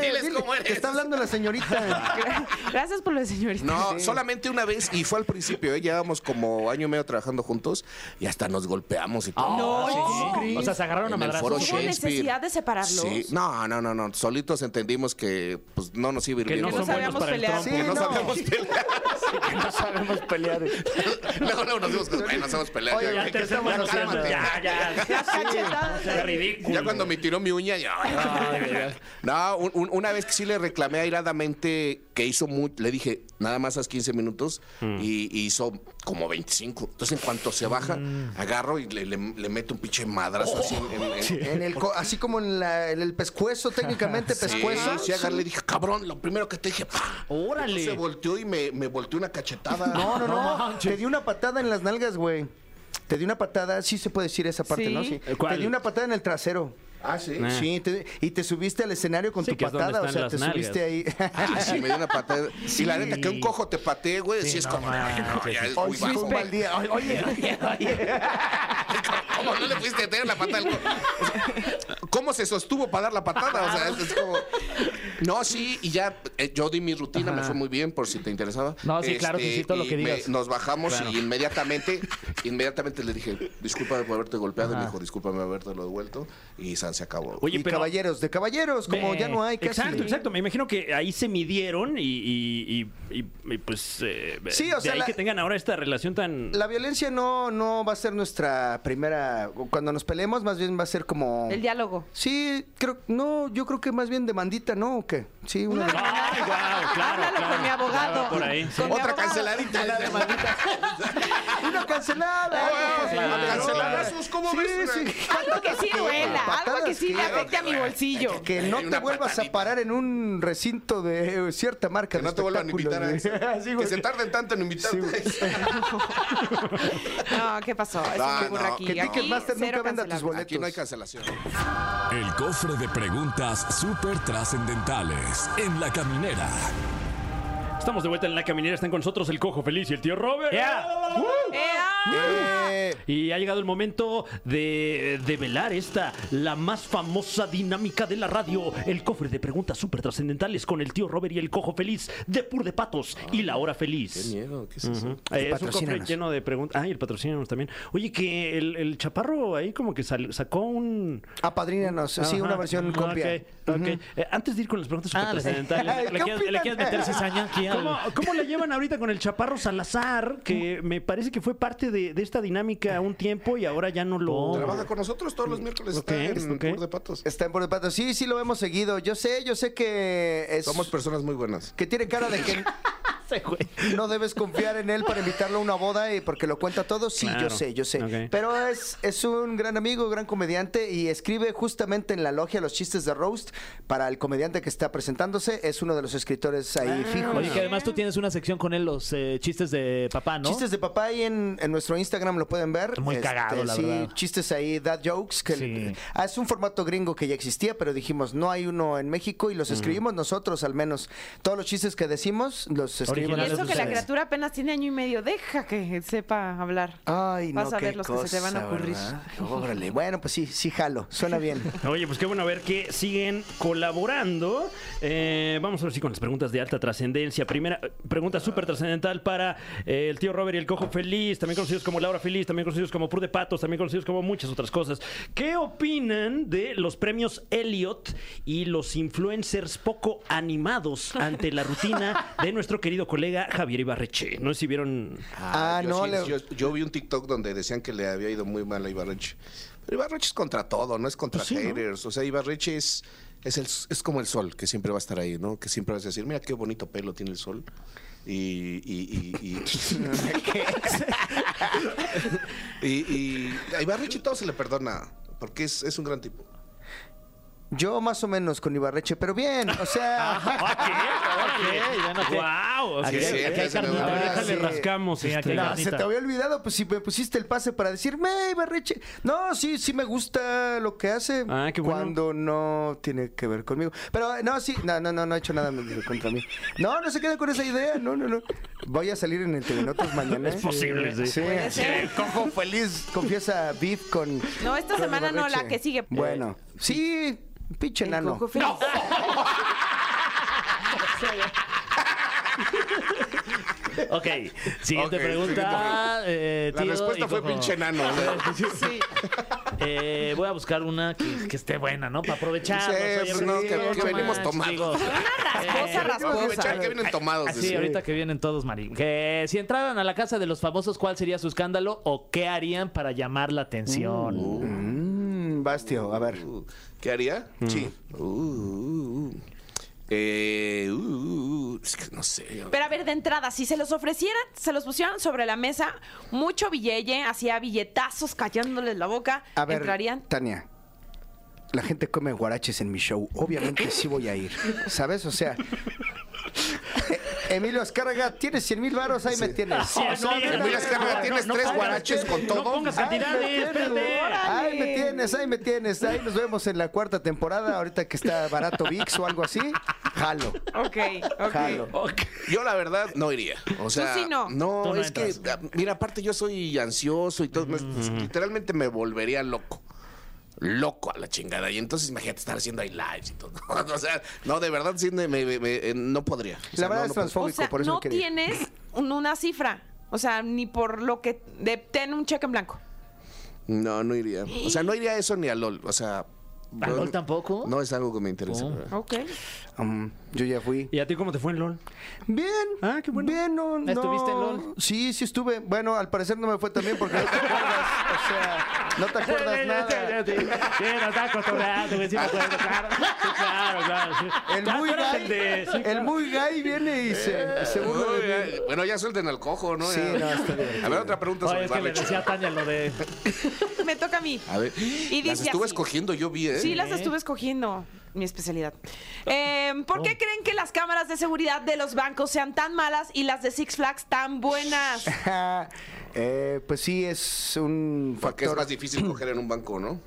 Speaker 5: Diles
Speaker 6: dile.
Speaker 5: cómo eres.
Speaker 6: Te está hablando la señorita.
Speaker 2: Gracias por lo de señorita.
Speaker 5: No, solamente una vez y fue al principio, ¿eh? llevábamos como año y medio trabajando juntos y hasta nos golpeamos y todo.
Speaker 6: Ah,
Speaker 4: No,
Speaker 6: ¿cómo
Speaker 4: O sea, se agarraron a
Speaker 5: En el
Speaker 4: madrazos.
Speaker 5: foro
Speaker 2: ¿Hubo
Speaker 5: Shakespeare.
Speaker 2: necesidad de separarlos?
Speaker 5: Sí. No, no, no, no. Solitos entendimos que pues, no nos iba a ir
Speaker 3: Que
Speaker 5: bien.
Speaker 3: no
Speaker 2: Que no
Speaker 3: son buenos
Speaker 2: sabíamos
Speaker 3: para el
Speaker 2: pelear.
Speaker 3: trompo.
Speaker 6: Sí,
Speaker 5: Que no
Speaker 6: no.
Speaker 5: sabemos pelear.
Speaker 6: no sabemos pelear.
Speaker 5: luego, luego nos dimos cuenta, "Ay, no sabemos pelear.
Speaker 6: Oye,
Speaker 5: ya,
Speaker 6: ya
Speaker 5: ya,
Speaker 6: te estamos
Speaker 5: ya,
Speaker 6: haciendo,
Speaker 5: cálmate.
Speaker 3: Ya, ya.
Speaker 2: Las cachetadas.
Speaker 3: Qué ridículo.
Speaker 5: Ya cuando me tiró mi uña, ya. No, un- un- una vez que sí le reclamé airadamente que hizo mu- le dije, nada más haz 15 minutos y, y hizo como 25. Entonces, en cuanto se baja, agarro y le, le- le meto un pinche madrazo así en, en- en-
Speaker 6: En el co- así como en, la- en el pescuezo, técnicamente pescuezo.
Speaker 5: Sí, sí, agarré, le dije, cabrón, lo primero que te dije, ¡pah!
Speaker 4: Órale.
Speaker 5: Se volteó y me, me volteó una cachetada.
Speaker 6: No, no,
Speaker 4: No
Speaker 6: no.
Speaker 4: manches.
Speaker 6: Te di una patada en las nalgas, güey. Te di una patada, sí se puede decir esa parte,
Speaker 2: Sí.
Speaker 6: ¿no? Sí.
Speaker 3: Eh, ¿Cuál?
Speaker 6: Te di una patada en el trasero.
Speaker 5: Ah, sí.
Speaker 3: Ah.
Speaker 6: Sí, te- y te subiste al escenario con
Speaker 3: Sí,
Speaker 6: tu
Speaker 3: que es donde
Speaker 6: patada, o
Speaker 3: están
Speaker 6: sea,
Speaker 3: las
Speaker 6: te subiste ahí.
Speaker 5: Ah, sí, me dio una patada. Y la neta, que un cojo te patee, güey, sí, es
Speaker 4: no
Speaker 5: como.
Speaker 4: manches,
Speaker 5: "No, ya es
Speaker 6: Hoy
Speaker 5: muy
Speaker 6: sí fue
Speaker 5: bajo.
Speaker 6: un mal día. Hoy- Oye,
Speaker 5: ¿Cómo no le pudiste tener la patada al cojo? O sea, ¿Cómo se sostuvo para dar la patada? O sea, es, es como. No, sí, y ya eh, yo di mi rutina, me fue muy bien, por si te interesaba. Este,
Speaker 4: No, sí, claro que sí, todo lo
Speaker 5: y
Speaker 4: que
Speaker 5: me-
Speaker 4: digas.
Speaker 5: nos bajamos y inmediatamente, inmediatamente le dije, disculpa por haberte golpeado, y me dijo, discúlpame haberte lo devuelto, y San se acabó.
Speaker 3: Oye,
Speaker 6: y
Speaker 3: pero-
Speaker 6: caballeros, de caballeros, como
Speaker 3: Ve.
Speaker 6: ya no hay casi.
Speaker 3: Exacto, exacto. Me imagino que ahí se midieron y, y- y- y- y, pues. eh,
Speaker 6: Sí, o
Speaker 3: de
Speaker 6: sea,
Speaker 3: ahí
Speaker 6: la-
Speaker 3: que tengan ahora esta relación tan.
Speaker 6: La violencia no, no va a ser nuestra primera. Cuando nos peleemos, más bien va a ser como.
Speaker 2: El diálogo.
Speaker 6: Sí, creo. No, yo creo que más bien demandita, ¿no? ¿O qué? Sí, una demanda.
Speaker 3: ¡Ay, guau! Claro,
Speaker 2: Háblalo
Speaker 3: claro.
Speaker 2: con mi abogado.
Speaker 3: Por ahí. sí.
Speaker 2: Con mi
Speaker 5: Otra
Speaker 2: abogado.
Speaker 5: canceladita.
Speaker 6: ¡Una cancelada!
Speaker 5: Ah,
Speaker 6: Una
Speaker 5: canceladazos, ¿cómo ves?
Speaker 2: Algo que sí duela, algo que sí le
Speaker 6: Patadas
Speaker 2: afecte a mi bolsillo.
Speaker 6: Que no
Speaker 5: Hay
Speaker 6: te
Speaker 5: una
Speaker 6: vuelvas a
Speaker 5: patadita.
Speaker 6: parar en un recinto de eh, cierta
Speaker 5: Que
Speaker 6: marca. de
Speaker 5: no te vuelvan a invitar a eso.
Speaker 6: espectáculos, güey. Sí,
Speaker 5: que
Speaker 6: güey.
Speaker 5: se tarden tanto en
Speaker 6: Sí,
Speaker 5: invitarte.
Speaker 6: güey.
Speaker 2: No, ¿qué pasó? Eso
Speaker 5: Ah,
Speaker 2: me ocurre
Speaker 5: no,
Speaker 2: aquí.
Speaker 5: que
Speaker 2: Aquí
Speaker 6: Ticketmaster nunca
Speaker 2: cero
Speaker 6: venda tus
Speaker 2: cancelable.
Speaker 6: boletos.
Speaker 5: Aquí no hay cancelación.
Speaker 1: El cofre de preguntas súper trascendentales en la caminera.
Speaker 3: Estamos de vuelta en la caminera. Están con nosotros el cojo feliz y el tío Robert.
Speaker 4: Yeah.
Speaker 3: ¡Uh!
Speaker 2: ¡Eh, ah!
Speaker 6: Eh,
Speaker 3: Y ha llegado el momento de develar esta, la más famosa dinámica de la radio, el cofre de preguntas súper trascendentales con el tío Robert y el cojo feliz de Pur de Patos y la hora feliz.
Speaker 5: miedo, ¿qué es eso?
Speaker 3: Eh, es un cofre
Speaker 6: Patrocínanos.
Speaker 3: lleno de preguntas. Ah, y el patrocínanos también. Oye, que el, el chaparro ahí como que sal- sacó un...
Speaker 6: Apadrínanos. Sí,
Speaker 3: Ajá.
Speaker 6: una versión
Speaker 3: Ok,
Speaker 6: copia.
Speaker 3: ok. Eh, antes de ir con las preguntas
Speaker 4: Ah,
Speaker 3: súper
Speaker 6: ¿qué
Speaker 3: trascendentales,
Speaker 4: ¿Le quieres, le
Speaker 6: opinan?
Speaker 4: quieres meter cizaña aquí al-
Speaker 3: ¿Cómo, cómo la llevan ahorita con el Chaparro Salazar? Que me parece que fue parte de, de esta dinámica un tiempo y ahora ya no lo.
Speaker 5: Oh. Trabaja con nosotros todos los miércoles.
Speaker 3: Ok,
Speaker 5: está en
Speaker 3: ok.
Speaker 5: Tour de Patos.
Speaker 6: Está en Por el Pato. Sí, sí, lo hemos seguido. Yo sé, yo sé que es.
Speaker 5: Somos personas muy buenas.
Speaker 6: que tiene cara de que.
Speaker 4: hace, güey.
Speaker 6: No debes confiar en él para invitarlo a una boda y porque lo cuenta todo. Sí,
Speaker 3: Claro.
Speaker 6: yo sé, yo sé.
Speaker 3: Ok.
Speaker 6: Pero es, es un gran amigo, gran comediante y escribe justamente en la logia los chistes de Roast para el comediante que está presentándose. Es uno de los escritores ahí
Speaker 2: Ah.
Speaker 6: fijos.
Speaker 4: Oye, que además tú tienes una sección con él, los eh, chistes de papá, ¿no?
Speaker 6: Chistes de papá ahí en, en nuestro Instagram lo pueden ver. Este,
Speaker 4: Muy cagado, la
Speaker 6: sí,
Speaker 4: verdad.
Speaker 6: chistes ahí, dad jokes. Que
Speaker 4: Sí.
Speaker 6: ah, es un formato gringo que ya existía, pero dijimos, no hay uno en México y
Speaker 4: Mm.
Speaker 6: los escribimos nosotros al menos. Todos los chistes que decimos los escribimos
Speaker 2: Y
Speaker 4: Originales
Speaker 2: eso que la
Speaker 6: ustedes.
Speaker 2: criatura apenas tiene año y medio, deja que sepa hablar.
Speaker 6: Ay, no,
Speaker 2: Vas a
Speaker 6: qué
Speaker 2: ver los que se te van a
Speaker 6: cosa,
Speaker 2: ocurrir.
Speaker 6: ¿verdad? Órale, bueno, pues sí, sí jalo, suena bien.
Speaker 3: Oye, pues qué bueno ver que siguen colaborando. Eh, vamos a ver si con las preguntas de alta trascendencia. Primera eh, pregunta súper trascendental para eh, el tío Robert y el cojo feliz, también conocidos como Laura Feliz, también conocidos como Pur de Patos, también conocidos como muchas otras cosas. ¿Qué opinan de los premios Elliot y los influencers poco animados ante la rutina de nuestro querido colega Javier Ibarreche? No sé si vieron...
Speaker 6: Ah,
Speaker 5: yo
Speaker 6: no,
Speaker 5: sí,
Speaker 6: Leo.
Speaker 5: yo, yo vi un TikTok donde decían que le había ido muy mal a Ibarreche. Pero Ibarreche es contra todo, no es contra haters. O sea, Ibarreche es, es, el, es como el sol, que siempre va a estar ahí, ¿no? Que siempre vas a decir, mira qué bonito pelo tiene el sol. Y. y, y, y, y- y a Ibarreche todo se le perdona, porque es, es un gran tipo.
Speaker 6: Yo más o menos con Ibarreche, pero bien, o sea,
Speaker 3: Ah, ¡Wow!
Speaker 5: Aquí- aquí hay carnita.
Speaker 3: déjale
Speaker 6: Ah, Sí.
Speaker 3: rascamos.
Speaker 7: Sí, aquí hay
Speaker 3: este.
Speaker 6: no, se te había olvidado, pues si me pusiste el pase para decir, me Ibarreche. No, sí, sí me gusta lo que hace
Speaker 3: Ah, qué bueno.
Speaker 6: cuando no tiene que ver conmigo. Pero eh, no, sí, no, no, no, no ha hecho nada contra mí. No, no se queden con esa idea, no, no, no. Voy a salir en el Telenotas mañana. ¿eh?
Speaker 3: Es posible, sí.
Speaker 6: Sí,
Speaker 2: Puede
Speaker 6: sí,
Speaker 2: ser.
Speaker 6: cojo feliz, confiesa Viv con.
Speaker 2: No, esta
Speaker 6: con
Speaker 2: semana no,
Speaker 6: Ibarreche.
Speaker 2: la que sigue.
Speaker 6: Bueno, sí, pinche
Speaker 2: El
Speaker 6: nano.
Speaker 2: cojo feliz.
Speaker 4: Ok, siguiente
Speaker 5: Ok,
Speaker 4: pregunta. eh,
Speaker 5: La
Speaker 4: tío
Speaker 5: respuesta
Speaker 4: y
Speaker 5: fue
Speaker 4: cojo.
Speaker 5: pinche nano. o sea.
Speaker 2: Sí.
Speaker 4: Eh, voy a buscar una que, que esté buena, ¿no? Para aprovechar.
Speaker 5: Sí, pues, no, que- que venimos tomados. Eh,
Speaker 2: Rasposa,
Speaker 5: Vamos a
Speaker 2: rasposa.
Speaker 5: aprovechar que vienen tomados.
Speaker 4: Así,
Speaker 5: decía.
Speaker 4: ahorita que vienen todos, Marín. Que si entraran a la casa de los famosos, ¿cuál sería su escándalo o qué harían para llamar la atención?
Speaker 6: Uh. Mm, Bastio, a ver.
Speaker 5: Uh, ¿Qué haría?
Speaker 4: Mm.
Speaker 5: Sí. Uh, uh, uh. Eh, uh, uh, uh. Es que no sé.
Speaker 2: Pero a ver, de entrada, si se los ofrecieran, se los pusieran sobre la mesa, mucho billete, hacía billetazos callándoles la boca,
Speaker 6: A ver,
Speaker 2: entrarían.
Speaker 6: Tania. La gente come guaraches en mi show. Obviamente sí voy a ir. ¿Sabes? O sea. eh, Emilio Azcárraga, tienes 100 mil varos, ahí me tienes.
Speaker 3: no,
Speaker 6: O sea,
Speaker 3: Emilio
Speaker 6: neta,
Speaker 5: Mira, Azcárraga, tienes tres guaraches con todo.
Speaker 6: Ay, me tienes, Ahí me tienes, ahí me tienes. Ahí nos vemos en la cuarta temporada, ahorita que está barato VIX o algo así. Jalo,
Speaker 2: Ok, ok.
Speaker 6: jalo.
Speaker 5: Yo la verdad no iría. O sea,
Speaker 2: sí no.
Speaker 5: no,
Speaker 4: Tú no
Speaker 5: es que ah, mira, aparte yo soy ansioso y todo, me- pues, literalmente me volvería loco. Loco a la chingada. Y entonces imagínate estar haciendo ahí lives y todo. o sea, no, de verdad sí me, me- me- eh, no podría. O sea,
Speaker 6: La verdad
Speaker 5: no, pues.
Speaker 6: es
Speaker 5: no
Speaker 2: O
Speaker 5: podría.
Speaker 6: transfóbico,
Speaker 2: sea,
Speaker 6: por eso
Speaker 2: no
Speaker 6: quería ir.
Speaker 2: tienes un- una cifra. O sea, ni por lo que. de- ten un cheque en blanco.
Speaker 5: No, no iría. O sea, no iría a eso ni a LOL. O sea.
Speaker 4: ¿A
Speaker 5: no-
Speaker 4: LOL tampoco?
Speaker 5: No es algo que me interese.
Speaker 4: Oh.
Speaker 2: Ok.
Speaker 6: Um, yo ya fui.
Speaker 3: ¿Y a ti cómo te fue en LOL?
Speaker 6: Bien.
Speaker 3: Ah, qué bueno.
Speaker 6: Bien, no, no-
Speaker 4: ¿Estuviste en LOL?
Speaker 6: Sí, sí estuve. Bueno, al parecer no me fue tan bien porque no te acuerdas. O sea, no te acuerdas nada.
Speaker 4: Sí, no está acostumbrado, güey, sí me acuerdo, claro. Sí, claro, claro, sí.
Speaker 6: El muy
Speaker 4: Acuérdate de-
Speaker 6: gay,
Speaker 4: sí,
Speaker 6: el muy gay viene y se, se burla
Speaker 5: No,
Speaker 6: de mí.
Speaker 5: ya- eh, bueno, ya suelten al cojo, ¿no?
Speaker 6: Sí,
Speaker 5: Ya.
Speaker 6: no, está
Speaker 5: A ver, otra pregunta
Speaker 4: Oye,
Speaker 5: sobre
Speaker 4: es que le
Speaker 5: Barreche.
Speaker 4: decía a Tania lo de.
Speaker 2: Me toca a mí.
Speaker 5: A ver,
Speaker 2: Y
Speaker 5: las
Speaker 2: dice
Speaker 5: estuve
Speaker 2: así.
Speaker 5: escogiendo, yo vi, ¿eh?
Speaker 2: Sí, las estuve escogiendo. Mi especialidad. Eh, ¿Por qué creen que las cámaras de seguridad de los bancos sean tan malas y las de Six Flags tan buenas?
Speaker 6: Ja, eh, pues sí, es un
Speaker 5: Porque es
Speaker 6: factor.
Speaker 5: más difícil coger en un banco, ¿no?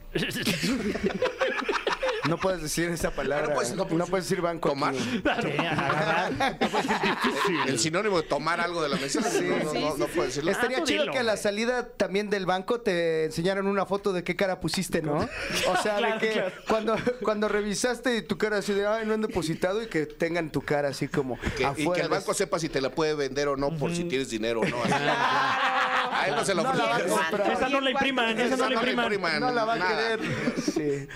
Speaker 6: No puedes decir esa palabra.
Speaker 5: no puedes- no puedes-
Speaker 6: decir banco. aquí.
Speaker 5: Tomar.
Speaker 4: Sí,
Speaker 6: Ah,
Speaker 4: agarrar.
Speaker 5: El sinónimo de tomar algo de la mesa. no, no, no, no puedo decirlo.
Speaker 6: pues Estaría
Speaker 3: tú
Speaker 6: chido
Speaker 3: dilo,
Speaker 6: que a la salida también del banco te enseñaran una foto de qué cara pusiste, ¿no? O sea,
Speaker 4: Claro,
Speaker 6: de que
Speaker 4: claro.
Speaker 6: cuando, cuando revisaste y tu cara así de, ay, no han depositado y que tengan tu cara así como
Speaker 5: Que-
Speaker 6: afuera.
Speaker 5: y que el
Speaker 6: de-
Speaker 5: banco sepa si te la puede vender o no por si tienes dinero o no. Así. A él no se lo
Speaker 6: No la va a
Speaker 5: ofrezcas.
Speaker 6: comprar.
Speaker 3: Esa no la impriman, esa no la impriman.
Speaker 6: No la va a querer. Sí.